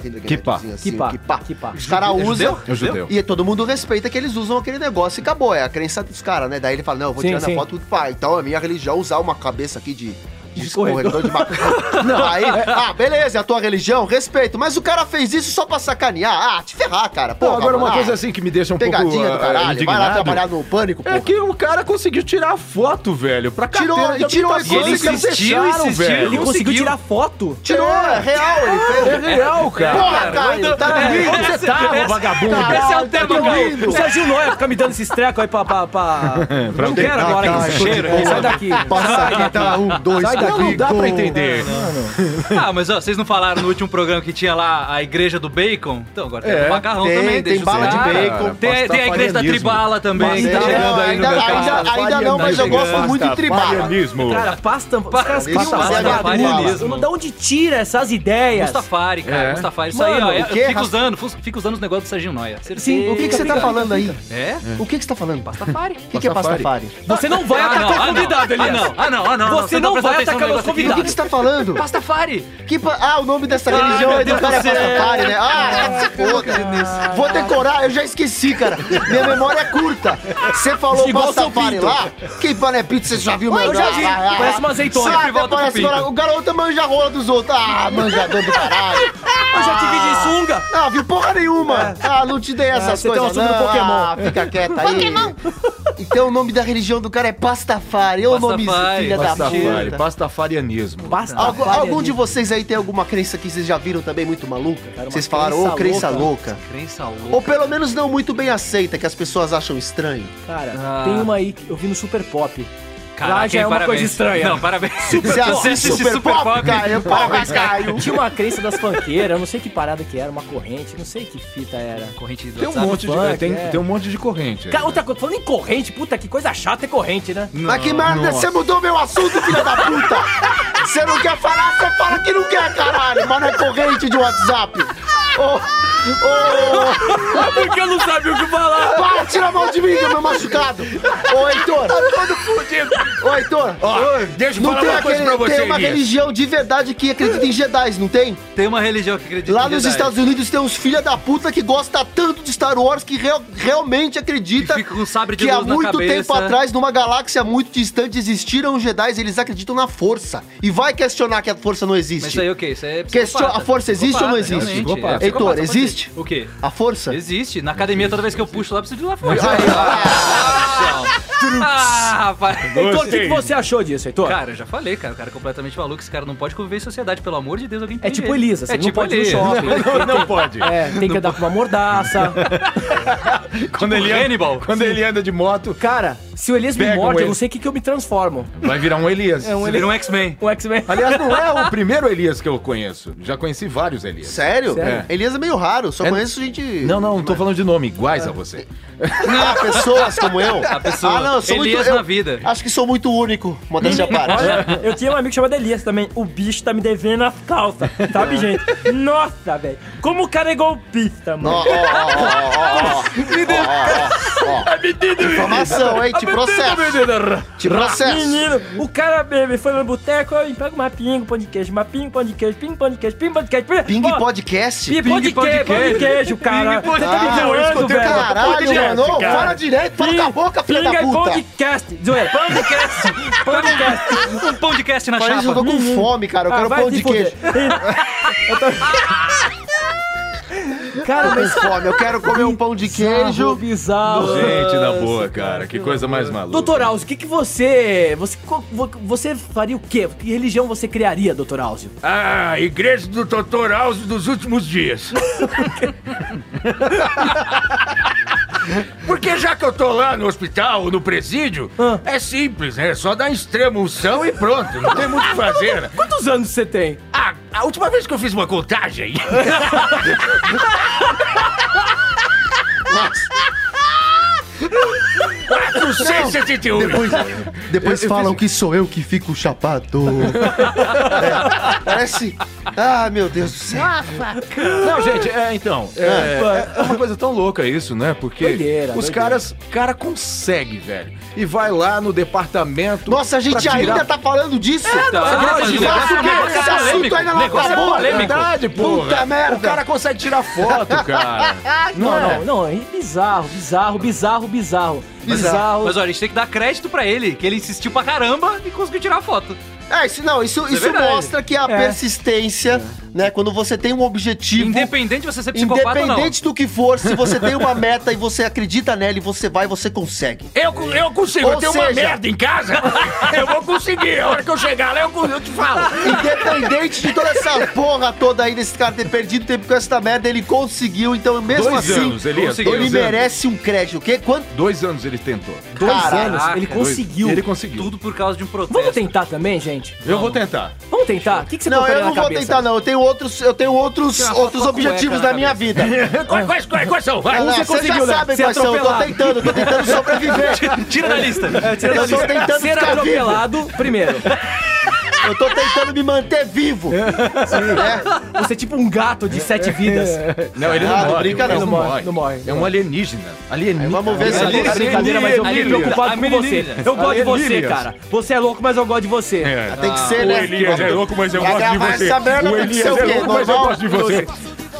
Kipá.
Kipá.
Kipá.
Kipá.
Kipá.
assim, Os caras
É
usam...
judeu?
É um judeu.
E todo mundo respeita que eles usam aquele negócio e acabou, é a crença dos caras, né? Daí ele fala, não, eu vou
Sim,
tirar
sim.
na foto do pai. Então a minha religião é usar uma cabeça aqui de... De escorredor de macarrão. Não, aí, ah, beleza, é a tua religião, respeito. Mas o cara fez isso só pra sacanear. Ah, te ferrar, cara. Pô,
Pô, agora uma coisa assim que me deixa um pouco
Pegadinha do
ah,
caralho, vai lá
indignado.
trabalhar no pânico,
É que o cara conseguiu tirar a foto, velho, pra
Tirou,
carteira de
e tirou a
habilitação
foto,
e eles
cara.
deixaram,
Insistiu, insistiu,
velho.
Ele conseguiu
Conseguiu.
tirar foto.
Tirou, é Ah, real, ele fez.
É real, cara. É
Porra, Caio, tá
Onde
É,
dormindo?
você tava, vagabundo?
Esse é o
tá
tema, cara.
O Serginho Noia fica me dando esse treco aí pra. pra, pra...
pra
Não quero
tentar,
agora
cara,
que
cheiro,
cheiro.
hein?
Sai daqui.
Passa aqui, tá um, dois,
Sai daqui, não dá pra
É.
entender.
Ah, mas ó, vocês não falaram no último programa que tinha lá a igreja do bacon? Então, agora tem
É,
o macarrão
tem,
também.
tem
deixa os
bala de
caras.
bacon,
Tem, tem a igreja da
pastafarianismo.
tribala também.
Mas
que
Ainda
tá
não,
chegando
tá
aí no
ainda,
mercado.
ainda, ainda não, mas eu gosto muito de tribala.
Pastafarianismo.
Cara, pasta. Os caras criam umas
Pastafarianismo.
bagulhos.
Pastafarianismo.
Da onde tira essas ideias?
Mustafari, cara.
É.
Mustafari. Isso
Mano,
aí, ó.
o quê?
é- Fica usando, fu- fica usando os negócios do Serginho Noia.
Sim,
O que, que você tá falando aí?
É?
O que, que você tá falando?
Pastafari.
O que, que é pastafari?
Você não vai
Ah, não,
atacar
ah, não.
convidado,
Ah,
Elias.
não, ah, não, ah, não.
Você não vai atacar meus
O que, que
convidados.
você tá falando?
Pastafari.
Que pa- Ah, o nome dessa
Ai,
religião
meu
é do
Deus
cara
do céu.
pastafari, né? Ah, se foda. Vou decorar, eu já esqueci, cara. Minha memória é curta. Você falou
Igual São
pastafari
Pinto.
lá? Quem é pizza, você já viu? mas-
eu já vi. Parece uma azeitona.
Sabe,
Sempre volta
parece
pro Pinto.
agora- O garoto manja a rola dos outros. Ah, manjador do caralho.
Eu já te vi de sunga.
Ah, viu porra nenhuma. Ah, não te dei essas
É. você tem
coisas
um assunto
não.
do Pokémon.
Ah, fica quieto aí.
Pokémon.
Então o nome da religião do cara é Pastafari. É o nome
Pastafari,
filha da
Pastafari,
puta.
pastafarianismo.
Algu-
Pastafari,
algum
ali.
de vocês aí tem alguma crença que vocês já viram também muito maluca?
Cara, uma
vocês falaram, ô,
crença
crença louca.
Crença louca.
Ou pelo menos não muito bem aceita, que as pessoas acham estranho.
Cara,
Ah.
tem uma aí que eu vi no Super Pop.
Caraca,
Lá já
hein,
é uma
parabéns.
coisa estranha.
Não, parabéns.
Você assiste
assiste
"Ah, Super
Super
Pop,
Pop?
Caio? Parabéns, Caio.
Tinha uma crença das panqueiras, eu não sei que parada que era, uma corrente, não sei que fita era.
Corrente do
Tem um
WhatsApp.
monte de
funk,
tem,
é.
tem um monte de corrente. aí.
Cara, outra coisa, falando em corrente, puta, que coisa chata é corrente, né?
Mas que merda, você mudou meu assunto, filha da puta! Você não quer falar, você fala que não quer, caralho! Mas não é corrente de WhatsApp! Ô,
Porque eu não sabia o que falar.
ô, para, tira a mão de mim, que eu tô machucado! Ô, Heitor! Tá todo fudido! Ô, Heitor!
Ó, deixa eu
Não
falar
tem,
uma coisa pra
aquele,
você,
tem uma
Elias.
religião de verdade que acredita em Jedi, não tem?
Tem uma religião que acredita
Lá
em
nos
Jedi.
Estados Unidos tem uns filha da puta que gosta tanto de Star Wars que real- realmente acredita
Que fica com sabre de
que há
luz na
muito
cabeça.
tempo atrás, numa galáxia muito distante, existiram os Jedi, eles acreditam na força. E vai questionar que a força não existe.
Mas isso aí o quê? Isso aí é
Question-
psicopata.
a força existe ou não existe?
Psicopata, realmente.
Psicopata.
É psicopata,
Heitor,
pode ser.
existe?
O quê?
A força?
Existe. Na academia, toda vez que eu puxo lá, eu preciso de uma força. Ah, rapaz.
Heitor, o que, que você achou disso, Heitor?
Cara, eu já falei, cara. O cara é completamente maluco. Esse cara não pode conviver em sociedade, pelo amor de Deus. Alguém
é
tem
tipo
ele.
Elisa, você
é
não
tipo
pode ir no
Elisa.
shopping.
Não, não pode.
É, tem que andar com uma mordaça.
tipo
Quando, ele
Tipo Hannibal.
anda, quando ele anda de moto,
Cara, se o Elias me
Pegam
morde, eu
ele.
não sei o que, que eu me transformo.
vai virar um Elias.
É
Você vira um X-Men.
O X-Men.
Aliás, não é o primeiro Elias que eu conheço. Já conheci vários Elias.
Sério?
Sério.
É. Elias é meio raro, só
É-
conheço gente.
Não, não, não tô falando de nome iguais a você.
Ah, pessoas como eu.
A pessoa.
Ah, não, eu sou
Elias
muito. eu
na vida.
Acho que sou muito único, modéstia à parte.
Eu tinha um amigo chamado Elias também. O bicho tá me devendo as calças,
É.
sabe, gente? Nossa, velho. Como o cara é golpista,
Ó,
mano.
ó, ó, ó, ó, ó. Informação, hein? Te processo. Te processo.
Menino, o cara bebe, foi no boteco, eu pego uma pinga, pão de queijo, uma pinga, pão de queijo, pinga, pão de queijo, pinga, pão de queijo. pinga-
Ping
Ó,
podcast?
pinga, pão de
Pinga, pão de
queijo, pão de
queijo.
queijo, cara.
Pinga, pão de
Você tá
Ah,
me
queijo.
um
zoando, velho.
Caralho, mano. Ô, Fala direito, fala com a boca, filha da
Pinga e
puta.
podcast. Zoeira, podcast. Podcast.
Um pão de cast na
Parece que eu
chapa.
tô com fome, cara. Eu
Ah,
quero
vai
pão
se
de
fuder.
queijo.
Cara,
Tô com fome. Eu quero comer um pão de queijo.
bizarro.
Gente, na boa, cara. Que coisa mais maluca.
Doutor Alzio, o que, que você, você. co- vo- Você faria o quê? Que religião você criaria, doutor Alzio?
Ah, igreja do Dr. Alzo dos últimos dias. Porque já que eu tô lá no hospital, no presídio, é simples, né? É só dar extrema unção e pronto. Não tem muito o que fazer. né?
Quantos anos você tem?
Ah, a última vez que eu fiz uma contagem,
Nossa,
471.
Depois, depois falam que sou eu que fico chapado. É, parece. Ah, meu Deus do céu.
Não, gente, é, então. É, é uma coisa tão louca isso, né? Porque
Doideira,
os
doideira.
caras. cara consegue, velho. E vai lá no departamento.
Nossa, a gente
pra tirar-
ainda tá falando disso?
Você não pode
Esse
negar.
assunto ainda não
Negócio é
acabou.
polêmico. Verdade, porra.
Puta merda.
O cara consegue tirar foto, cara.
Não,
né?
não, não, é bizarro, bizarro, bizarro, bizarro. Bizarro.
Mas olha, a gente tem que dar crédito pra ele, que ele insistiu pra caramba e conseguiu tirar a foto.
É, isso, não, isso, isso
verdade.
mostra que a persistência, né? Quando você tem um objetivo.
Independente de você ser psicopata ou não.
Independente do que for, se você tem uma meta e você acredita nela e você vai, você consegue.
Eu, co- eu consigo,
Ou
eu tenho uma
seja-
merda em casa, eu vou conseguir. A hora que eu chegar lá, eu, co- eu te falo.
Independente de toda essa porra toda aí desse cara ter perdido tempo com essa merda, ele conseguiu, então mesmo
Dois
assim,
anos, Elias.
ele
Dois anos.
merece um crédito. O quê? Quanto?
Dois anos ele tentou.
Dois
Caralho.
anos,
Caraca,
ele conseguiu.
Ele conseguiu.
Tudo por causa de um protesto.
Vamos tentar também, gente?
Eu vou tentar.
Vamos tentar? O que, que você
Não,
botaria
eu não
na
vou
cabeça?
tentar, não. Eu tenho outros, eu tenho outros,
Tem uma
outros
foto com
objetivos
cueca
na
na
minha vida.
Quais, quais, quais, quais são? Vai.
Ah, não,
você
Vocês já
conseguiu, né?
sabem
Ser
quais são. Eu tô
atropelado.
tentando, tô tentando sobreviver.
Tira da lista.
Eu tô tentando
Ser
ficar vivo.
atropelado, primeiro.
Eu tô tentando me manter vivo. Sim,
Você é tipo um gato de sete
É.
vidas.
Não, ele não
Ah, não
morre.
brinca
ele
não.
Não morre, não morre.
É um alienígena. Alienígena.
Vamos ver se
Essa é
eu
uma
consigo.
brincadeira, mas eu fiquei
Alienígena.
preocupado com você.
Alienígena.
Eu gosto de você,
Alienígenas.
cara. Você é louco, mas eu gosto de você.
É.
Tem que ser, né?
Elias é louco, mas eu
Pra
gosto de
gravar
você.
é
essa merda tem que ser o quê?
mas eu
Normal?
gosto de você.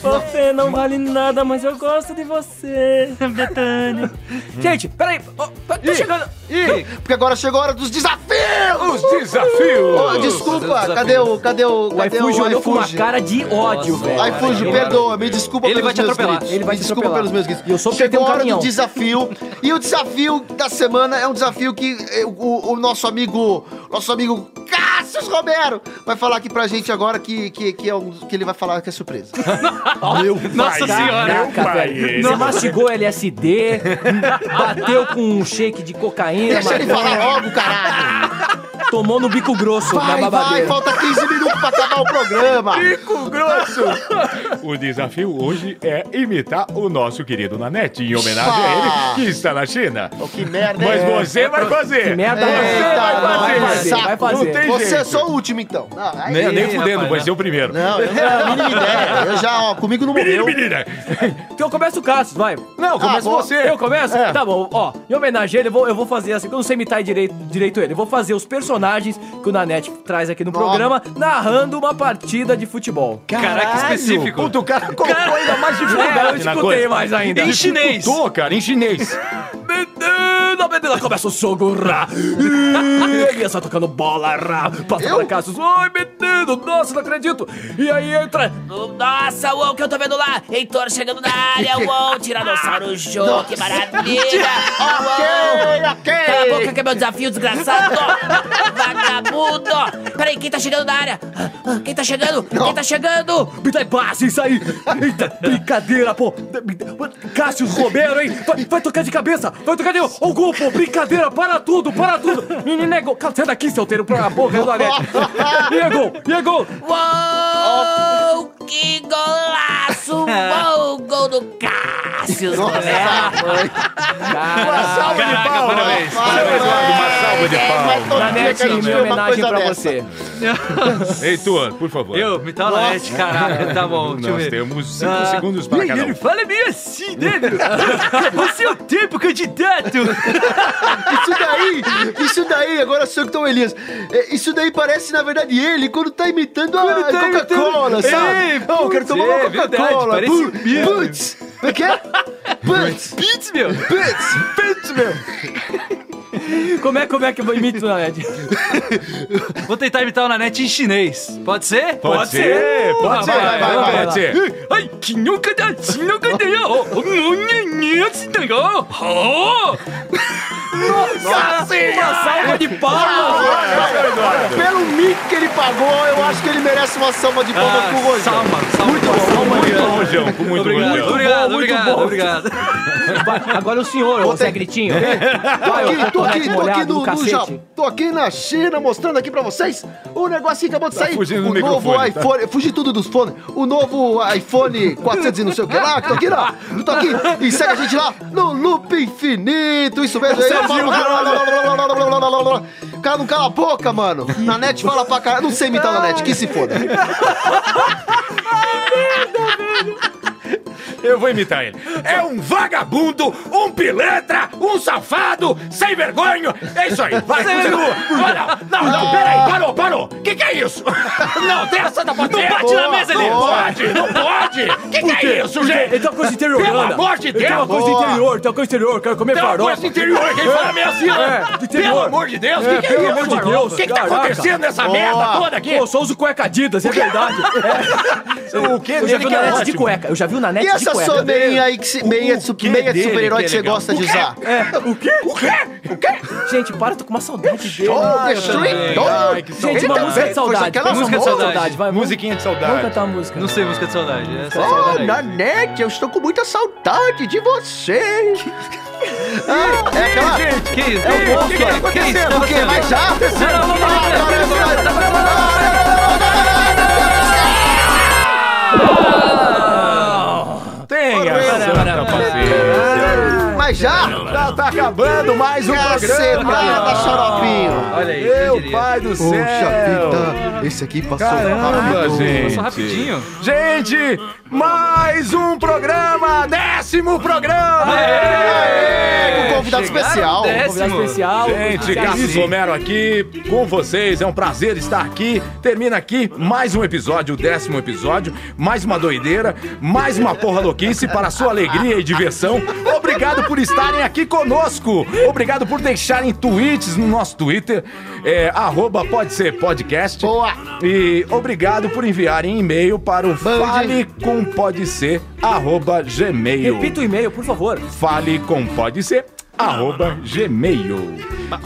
Você não vale nada, mas eu gosto de você,
tá?
Betânia. Gente, peraí. ó, tá chegando.
Porque agora chegou a hora dos desafios!
Os desafios!
Oh, desculpa, cadê o. Cadê o.
O
Cadê
iFuji olhou Tá com uma cara de ódio, velho.
iFuji, perdoa, me desculpa
Ele É, vai te
meus
atropelar,
gritos.
ele vai
me
te
desculpa
atropelar.
pelos meus gritos.
E eu soube que
Chegou
ele tem
a
um
hora do
caminhão.
desafio. e o desafio da semana é um desafio que eh, o, o nosso amigo. Nosso amigo Cassius Romero vai falar aqui pra gente agora que, que, que, é um, que ele vai falar que é surpresa.
Meu
Nossa senhora,
pai,
velho. Você mastigou LSD, bateu com um shake de cocaína,
Deixa ele
maconha,
falar logo, caralho!
tomou no bico grosso
Vai,
na
vai,
babadeira.
falta 15 minutos pra acabar o programa!
O desafio hoje é imitar o nosso querido Nanete, em homenagem a ele, que está na China.
Oh, que merda,
Mas
hein?
você vai fazer.
Que merda,
Você vai
é, não,
fazer.
vai fazer, vai
Saco,
fazer.
Não tem
Você é
jeito.
só o último, então. Não, aí-
Nem, nem
Ih,
fudendo,
rapaz,
vai
não.
ser o primeiro.
Não, eu não tenho a mínima ideia. Eu já, ó, comigo não
Menino,
morreu.
menina.
Então começa o Cassius, vai.
Não, começa
bom.
você.
Eu começo?
É.
Tá bom, ó. Em homenagem a ele, eu vou, eu vou fazer assim, que eu não sei imitar direito, direito ele. Eu vou fazer os personagens que o Nanete traz aqui no programa, narrando uma partida de futebol.
Caraca,
Caralho.
específico.
Puta, o cara colocou ainda mais
É, eu
dificuldade na
escutei
coisa.
mais ainda.
Em chinês.
Tô, cara, em chinês.
Menina, menina, começa o jogo, rá. Ih, Elias tá tocando bola, rá. Passa pra Cassius. Oi, menino, nossa, não acredito. E aí entra... Nossa, uou, o que eu tô vendo lá? Heitor chegando na área, uou, Tiranossauro Jô, que maravilha.
Ok,
Cala a
ok.
boca que é meu desafio, desgraçado! Vagabundo! Peraí, quem tá chegando na área? Ah, ah, Quem tá chegando? Quem tá chegando?
Me dá passe, isso aí! Eita, brincadeira, pô! Me dá- Cássio Romero, hein? Vai, vai tocar de cabeça! Vai tocar de. Ô, gol, pô! Brincadeira, para tudo, para tudo! Menino é gol! Cara, Sai daqui, seu teiro, pra a boca do Anete! E é gol, e é gol!
Uou! Que golaço! Uou! Gol do Cássio!
Uma salva de
Caraca,
palmas.
parabéns.
Parabéns, Eduardo, uma salva de
É,
palmas.
mas todo dia que a gente vê uma coisa dessa.
Heitor, por favor.
Eu, me tá na net, caraca. Tá bom, deixa eu
Nós
ver.
temos 5
Ah,
segundos para cada um.
fala meio assim, né, meu? Você é o tempo, candidato!
Isso daí, isso daí, agora sou eu que tô o Elias. É, Isso daí parece, na verdade, ele quando tá imitando a
tá
Coca-Cola,
imitando-
sabe?
Ei,
oh, eu quero
putz,
tomar uma
é verdade,
Coca-Cola.
parece
Bu-
mesmo.
Putz, como é que é? Putz,
Pits, meu!
putz, putz, meu.
Como é, como é que eu imito na net?
Vou tentar imitar o Nanete em chinês. Pode ser?
Pode ser, pode ser,
vai, vai, vai,
pode ser.
Ai, que nunca dá, que nunca dá, ó. Ó, nhe, nhe, se dá, ó. Ó.
Uma salva de palmas!
Pelo mico que ele pagou, eu acho que ele merece uma salva de palmas
Ah,
pro Rojão.
Salma, salma.
Muito bom,
Muito rojão, com muito
Obrigado,
rojão.
obrigado,
muito
obrigado,
bom.
obrigado.
Agora o senhor, ô
Você-
Zé Gritinho.
Tô aqui, tô aqui, tô aqui
Ah, Molhado
no,
no
no
cacete.
Japão. Tô aqui na China, mostrando aqui pra vocês o negocinho que acabou de sair.
fugindo do
o novo
microfone, tá?
iPhone. eu Fugi tudo dos fones. O novo iPhone 400 e não sei o que lá. que Tô aqui lá. Tô aqui. E segue a gente lá no Loop Infinito. Isso mesmo. Aí, eu falo pra caralho. O cara não cala a boca, mano. Na net fala pra caralho. Não sei imitar na net, que se foda.
Eu vou imitar ele. É um vagabundo, um pilantra, um safado, sem vergonha. É isso aí, vai, continua. Olha, não, não,
Ah.
peraí, parou, parou. Que que é isso? Não, dessa da poder. Não
bate na mesa,
Não
Elias.
pode, não pode. Que que é isso, gente?
Ele tem uma coisa interior,
Pelo amor de Deus.
Ele tem uma coisa
Boa.
interior, tem uma coisa interior, quero comer
Tem uma
farofa!
coisa interior, quem fala meio assim, né?
É, de
Pelo
interior.
amor de Deus, que que é
pelo
isso,
amor de
Marlon?
Deus,
O que que tá
caraca.
acontecendo nessa merda toda aqui?
Pô, só uso cueca Adidas, é verdade!
O que
Eu já vi
dele que
na
é
net de
ótimo?
cueca. Eu já vi na
E
net de
essa
cueca. né?
sua meinha aí, que se, meia,
o
de su-
que
meia de
dele
super-herói
que é
que você
legal?
gosta de
O quê?
usar?
O quê? O quê? O quê?
Gente, para, eu tô com uma saudade dele.
Oh, The Street Dog.
Gente, uma
Então,
música
foi só
de saudade.
aquela
Uma música de
música.
saudade, vai. Vamos
Musiquinha de
vamos
saudade.
cantar uma música.
Não sei música de saudade. É só
Oh,
saudade.
Nanete, eu estou com muita saudade de você. Ah, é aquela...
Que isso?
O que que tá acontecendo? O quê? Vai já?
Tenha santa paciência.
Mas já?
Tá, tá acabando mais um programa.
Cacetada, xaropinho.
Olha aí, quem
Meu
diria.
pai do céu.
Poxa vida, esse aqui passou
Caramba,
rápido.
gente.
Passou rapidinho.
Gente, mais um programa, décimo programa.
É, com convidado
Chegaram
especial.
dez.
Convidado especial. é
Gente, Carlos Romero aqui com vocês. É um prazer estar aqui. Termina aqui mais um episódio, o décimo episódio. Mais uma doideira, mais uma porra louquice para a sua alegria e diversão. Obrigado por estarem aqui conosco. Obrigado por deixarem tweets no nosso Twitter, é, arroba pode ser podcast.
Boa.
E obrigado por enviarem e-mail para o
Band.
falecompodc@gmail.
Repita o e-mail, por favor.
Fale com pode ser arroba gmail.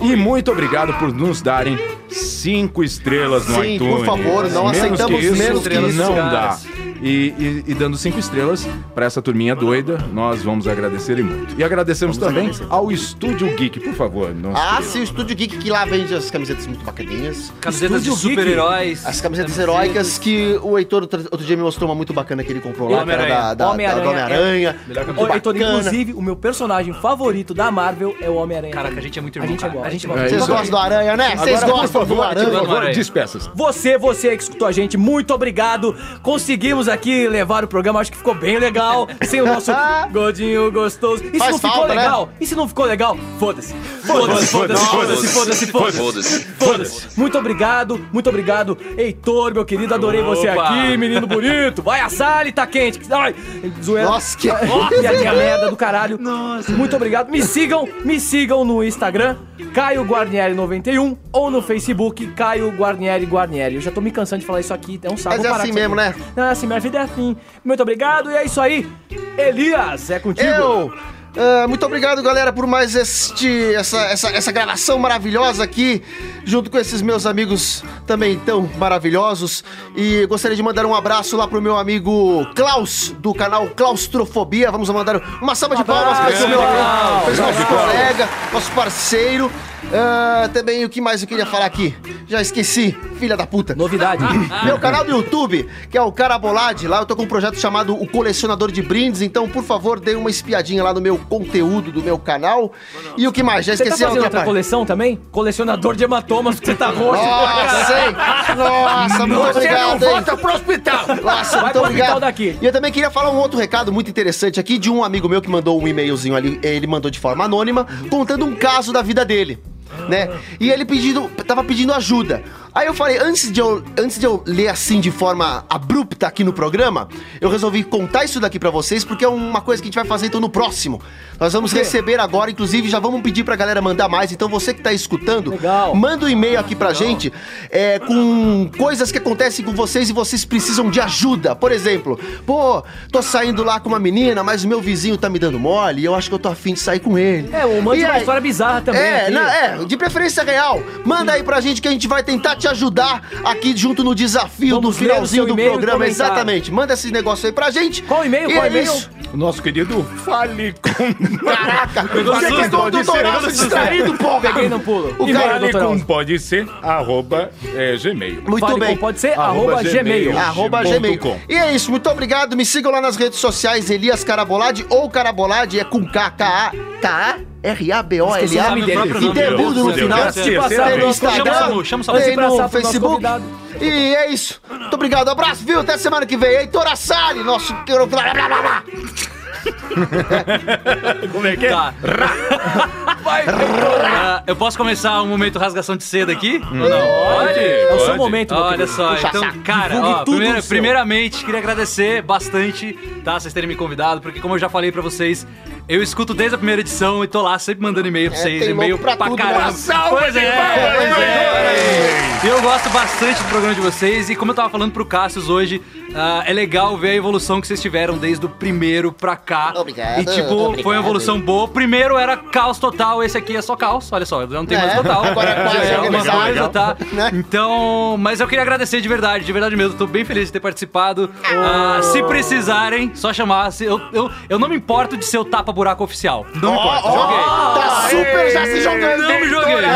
E muito obrigado por nos darem cinco estrelas no
Sim,
iTunes.
por favor, não aceitamos menos que isso.
Não
Cara.
dá. E, e- e dando cinco estrelas para essa turminha doida, nós vamos agradecer e muito. E agradecemos também ao Estúdio Geek, por favor. não
Ah, sim, o Estúdio Geek que lá vende as camisetas muito bacaninhas.
Camisetas de
Estúdio Geek.
super-heróis.
As camisetas heróicas que o Heitor outra- outro dia me mostrou uma muito bacana que ele comprou lá, que era
Homem-Aranha.
da, da, da,
Homem-Aranha.
do Homem-Aranha.
Ô,
Muito
Heitor,
bacana.
inclusive, o meu personagem favorito da Marvel é o Homem-Aranha.
Caraca, a gente é muito
A
irmão.
gente é
cara.
bom.
A gente é
bom.
bom.
É
Vocês
isso aí.
gostam do Aranha, né? Vocês
Agora, por
gostam do
favor,
Aranha?
por favor,
Aranha.
despeças.
Você, você aí que escutou a gente, muito obrigado. Conseguimos aqui levar o programa, acho que ficou bem legal. Sem o nosso godinho gostoso. E se
Faz
não ficou
falta, né?
legal? E se não ficou legal? Foda-se. Foda-se, foda-se, foda-se, foda-se, foda-se. Foda-se. Muito obrigado, muito obrigado, Heitor, meu querido. Adorei você
Opa.
aqui, menino bonito. Vai assar e tá quente. Ai, zoeira.
Nossa, que-
E a minha merda do caralho. Nossa. Muito obrigado. Me sigam, me sigam no Instagram, Caio Guarnieri91, ou no Facebook, Caio Guarnieri Guarnieri. Eu já tô me cansando de falar isso aqui, é um saco.
Mas é assim mesmo, né?
Não, é assim, minha vida é assim. Muito obrigado, e é isso aí. Elias, é contigo.
Eu! Ah, muito obrigado, galera, por mais este, essa, essa, essa gravação maravilhosa aqui, junto com esses meus amigos também tão maravilhosos. E gostaria de mandar um abraço lá pro meu amigo Klaus, do canal Claustrofobia. Vamos mandar uma salva de palmas para esse meu amigo, pra esse nosso colega, nosso parceiro. Ah, também, o que mais eu queria falar aqui? Já esqueci, filha da puta.
Novidade.
Meu canal do YouTube, que é o Carabolade, lá eu tô com um projeto chamado O Colecionador de Brindes, então por favor, dê uma espiadinha lá no meu conteúdo do meu canal. E o que é mais? Já
Você tá
esqueci a
fazendo
outra
outra
parte.
coleção também? Colecionador de hematomas, porque você tá roxo.
Nossa, hein? Nossa, muito
Você não
obrigado, hein?
volta pro hospital.
Nossa,
Vai
muito
pro hospital
obrigado.
daqui.
E eu também queria falar um outro recado muito interessante aqui de um amigo meu que mandou um e-mailzinho ali, ele mandou de forma anônima, contando um caso da vida dele, né? E ele pedindo, tava pedindo ajuda. Aí eu falei, antes de eu, antes de eu ler assim de forma abrupta aqui no programa, eu resolvi contar isso daqui pra vocês, porque é uma coisa que a gente vai fazer então no próximo. Nós vamos receber agora, inclusive, já vamos pedir pra galera mandar mais. Então você que tá escutando,
Legal.
manda um e-mail aqui pra gente é, com coisas que acontecem com vocês e vocês precisam de ajuda. Por exemplo, pô, tô saindo lá com uma menina, mas o meu vizinho tá me dando mole e eu acho que eu tô afim de sair com ele.
É, ou mande
E
uma
aí-
história bizarra também
É,
aqui.
na- é, de preferência real. Manda aí pra gente que a gente vai tentar te ajudar aqui junto no desafio
Vamos
do
ler o
finalzinho
seu
do
e-mail e
programa.
comentar.
Exatamente. Manda esse negócio aí pra gente.
Qual e-mail?
E
Qual
é
e-mail?
isso.
O nosso querido Fale com...
Caraca, você
susto,
que é como
pode ser,
doutorado
pegando susto.
distraído, porra.
Peguei no pulo.
O
E
cara-
vai,
Fale
doutor
com
Elcio.
pode ser arroba é, gmail.
Muito
Fale com
bem.
Pode ser arroba,
Arroba
gmail.
gmail.
Arroba
Ponto
gmail.
com.
E é isso, muito obrigado. Me sigam lá nas redes sociais, Elias Carabolade ou Carabolade, é com K, K, A, K, A, R, A, B, O, L,
o
A.
nome dele.
E demudo no
Meu Deus
final.
do céu.
Antes de passar
Tem
pro
no
nosso
convidado.
Instagram,
Chama o
Antes de
tem
passar pro
no
nosso
Facebook.
convidado.
E é isso. Muito obrigado, abraço, viu? Até semana que vem. Heitor Assari, nosso.
Como é que é?
Tá. Ah, eu posso começar um momento rasgação de seda aqui? Ou Não.
É o seu
Pode.
momento, meu
Olha
querido.
só,
Puxa
então,
saco.
cara,
Divulgue
ó,
tudo
primeira-
o seu.
primeiramente queria agradecer bastante, tá? Vocês terem me convidado, porque como eu já falei pra vocês, eu escuto desde a primeira edição e tô lá sempre mandando e-mail pra
É,
vocês,
tem
e-mail
louco pra
pra,
tudo,
caramba.
uma
Salve, pois é, pois
né?
é. E Eu gosto bastante do programa de vocês e como eu tava falando pro Cassius hoje, ah, é legal ver a evolução que vocês tiveram desde o primeiro pra cá.
Obrigado,
E tipo, foi
obrigado.
uma evolução boa. O primeiro era caos total, esse aqui é só caos. Olha só, não tem
É,
mais total.
agora é quase
Já é uma
organizado.
coisa, tá?
Né?
Então, mas eu queria agradecer de verdade, de verdade mesmo. Tô bem feliz de ter participado. Ah, se precisarem, só chamar. Se- Eu, eu, eu não me importo de ser o tapa-buraco oficial. Não me importo. Joguei.
Tá super já se jogando.
Não me joguei.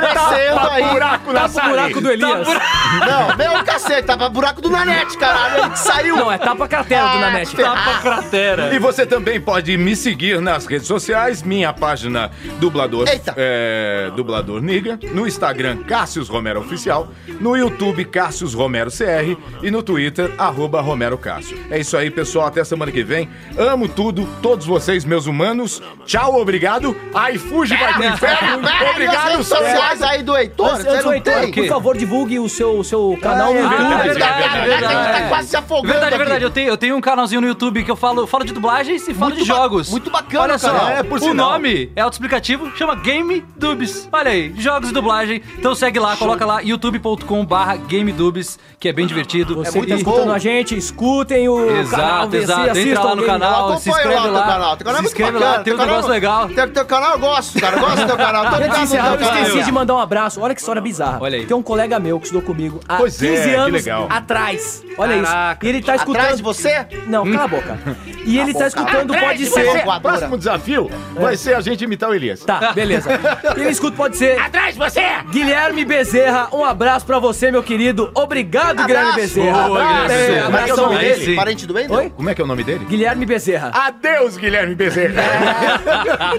Heitor, é, se oferecendo. aí.
buraco na
Tapa o buraco do Elias.
Não, não, cacete, tava buraco do Nanete, caralho. Ele que saiu.
Não, é tapa cratera do
Ah,
Nanete.
Tá
ferrado.
cratera.
E você também pode me seguir nas redes sociais, minha página Dublador,
Eita.
é, Dublador Niga, no Instagram Cássius Romero Oficial, no YouTube Cássius Romero CR e no Twitter arroba Romero Cássio. É isso aí, pessoal, até semana que vem. Amo tudo, todos vocês, meus humanos. Tchau, obrigado. Ai, fuge, vai pro inferno.
Pera, e as
Obrigado,
redes sociais aí do Heitor,
Antes, antes
você
é do
não
Heitor,
tem?
por favor, divulgue o seu, o seu canal no
é
YouTube.
Ah, verdade,
Caraca, a
verdade,
gente tá
verdade.
quase se afogando
Verdade,
aqui.
verdade. Eu tenho, eu tenho um canalzinho no YouTube que eu falo, eu falo de dublagens e falo
Muito
de
ba-
jogos.
muito bacana,
Olha só,
cara. É, por
o
sinal.
nome é autoexplicativo, chama Game Dubs. Olha aí, jogos e dublagem. Então segue lá, coloca lá youtube.com barra Game Dubs, que é bem divertido.
Você
E-
que tá escutando a gente, escutem o canal
Exato,
VC,
exato. Entra
assistam
lá no
alguém.
canal, se
Acompanha
inscreve
lá o teu
lá.
canal. Teu canal é
se
muito
inscreve
bacana,
lá, tem um
teu canal-
negócio legal.
Teu, teu canal eu gosto, cara. Eu gosto do teu canal. Tô ligado
Antes de
no
encerrar, eu
teu canal.
esqueci de mandar um abraço. Olha que história bizarra.
Olha aí.
Tem um colega meu que estudou comigo há
Pois é,
15
que
anos
legal.
atrás. Olha
Caraca.
isso. E ele tá escutando.
Atrás de você?
Não, cala a boca. E ele tá escutando Pode
de você.
Ser.
Voadora.
Próximo desafio vai ser a gente imitar o Elias.
Tá, beleza. Ele escuta Pode Ser.
Atrás de você!
Guilherme Bezerra, um abraço pra você, meu querido. Obrigado, Guilherme Bezerra.
Boa, Guilherme
É,
Bezerra.
Como é que é o
abração.
nome
Aí
dele?
sim.
Parente do Wendel?
Oi?
Como é que é o nome dele?
Guilherme Bezerra.
Adeus, Guilherme Bezerra.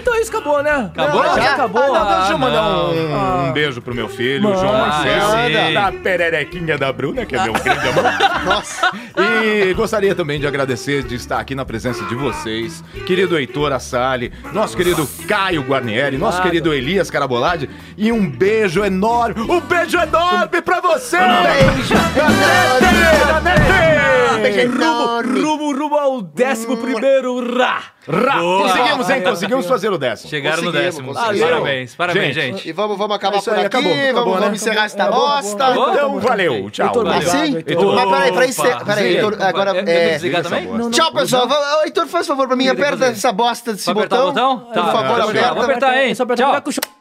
Então isso acabou, né?
Acabou?
Não,
Já?
já acabou.
Ah, não,
Deixa eu mandar um, um beijo pro meu filho, o João
Manda.
Marcelo,
Sim.
da pererequinha da Bruna, que é meu grande amor. Nossa. E gostaria também de agradecer de estar aqui na presença de vocês, querido Heitor Assali, nosso querido Caio Guarnieri, nosso querido Elias Carabolade, e um beijo enorme, um beijo enorme pra você! Beijo! Da Nete! Da Nete!
Beijo enorme.
Rumo, rumo ao décimo primeiro Rá.
Ra!
Boa.
Conseguimos, hein? Conseguimos fazer o décimo.
Chegaram no
Conseguimos,
décimo.
conseguimos.
Parabéns, parabéns,
Gente.
gente.
E vamos, vamos acabar
Isso
por
aí,
aqui,
acabou, acabou,
vamos,
né?
vamos encerrar esta
Acabou,
bosta.
acabou.
Então, valeu. Tchau.
Heitor,
valeu.
Assim?
Heitor.
Mas peraí, peraí,
Opa.
encer- peraí,
Desliga.
Heitor, agora
Eu- eu devo
é...
desligar também?
Não, não.
Tchau, pessoal. Ô, Heitor, faz favor pra mim, aperta essa bosta desse
Vai apertar
botão.
o botão? Tá,
Por favor,
vou apertar,
aperta.
vou apertar, hein?
Só apertar
Tchau.
pra-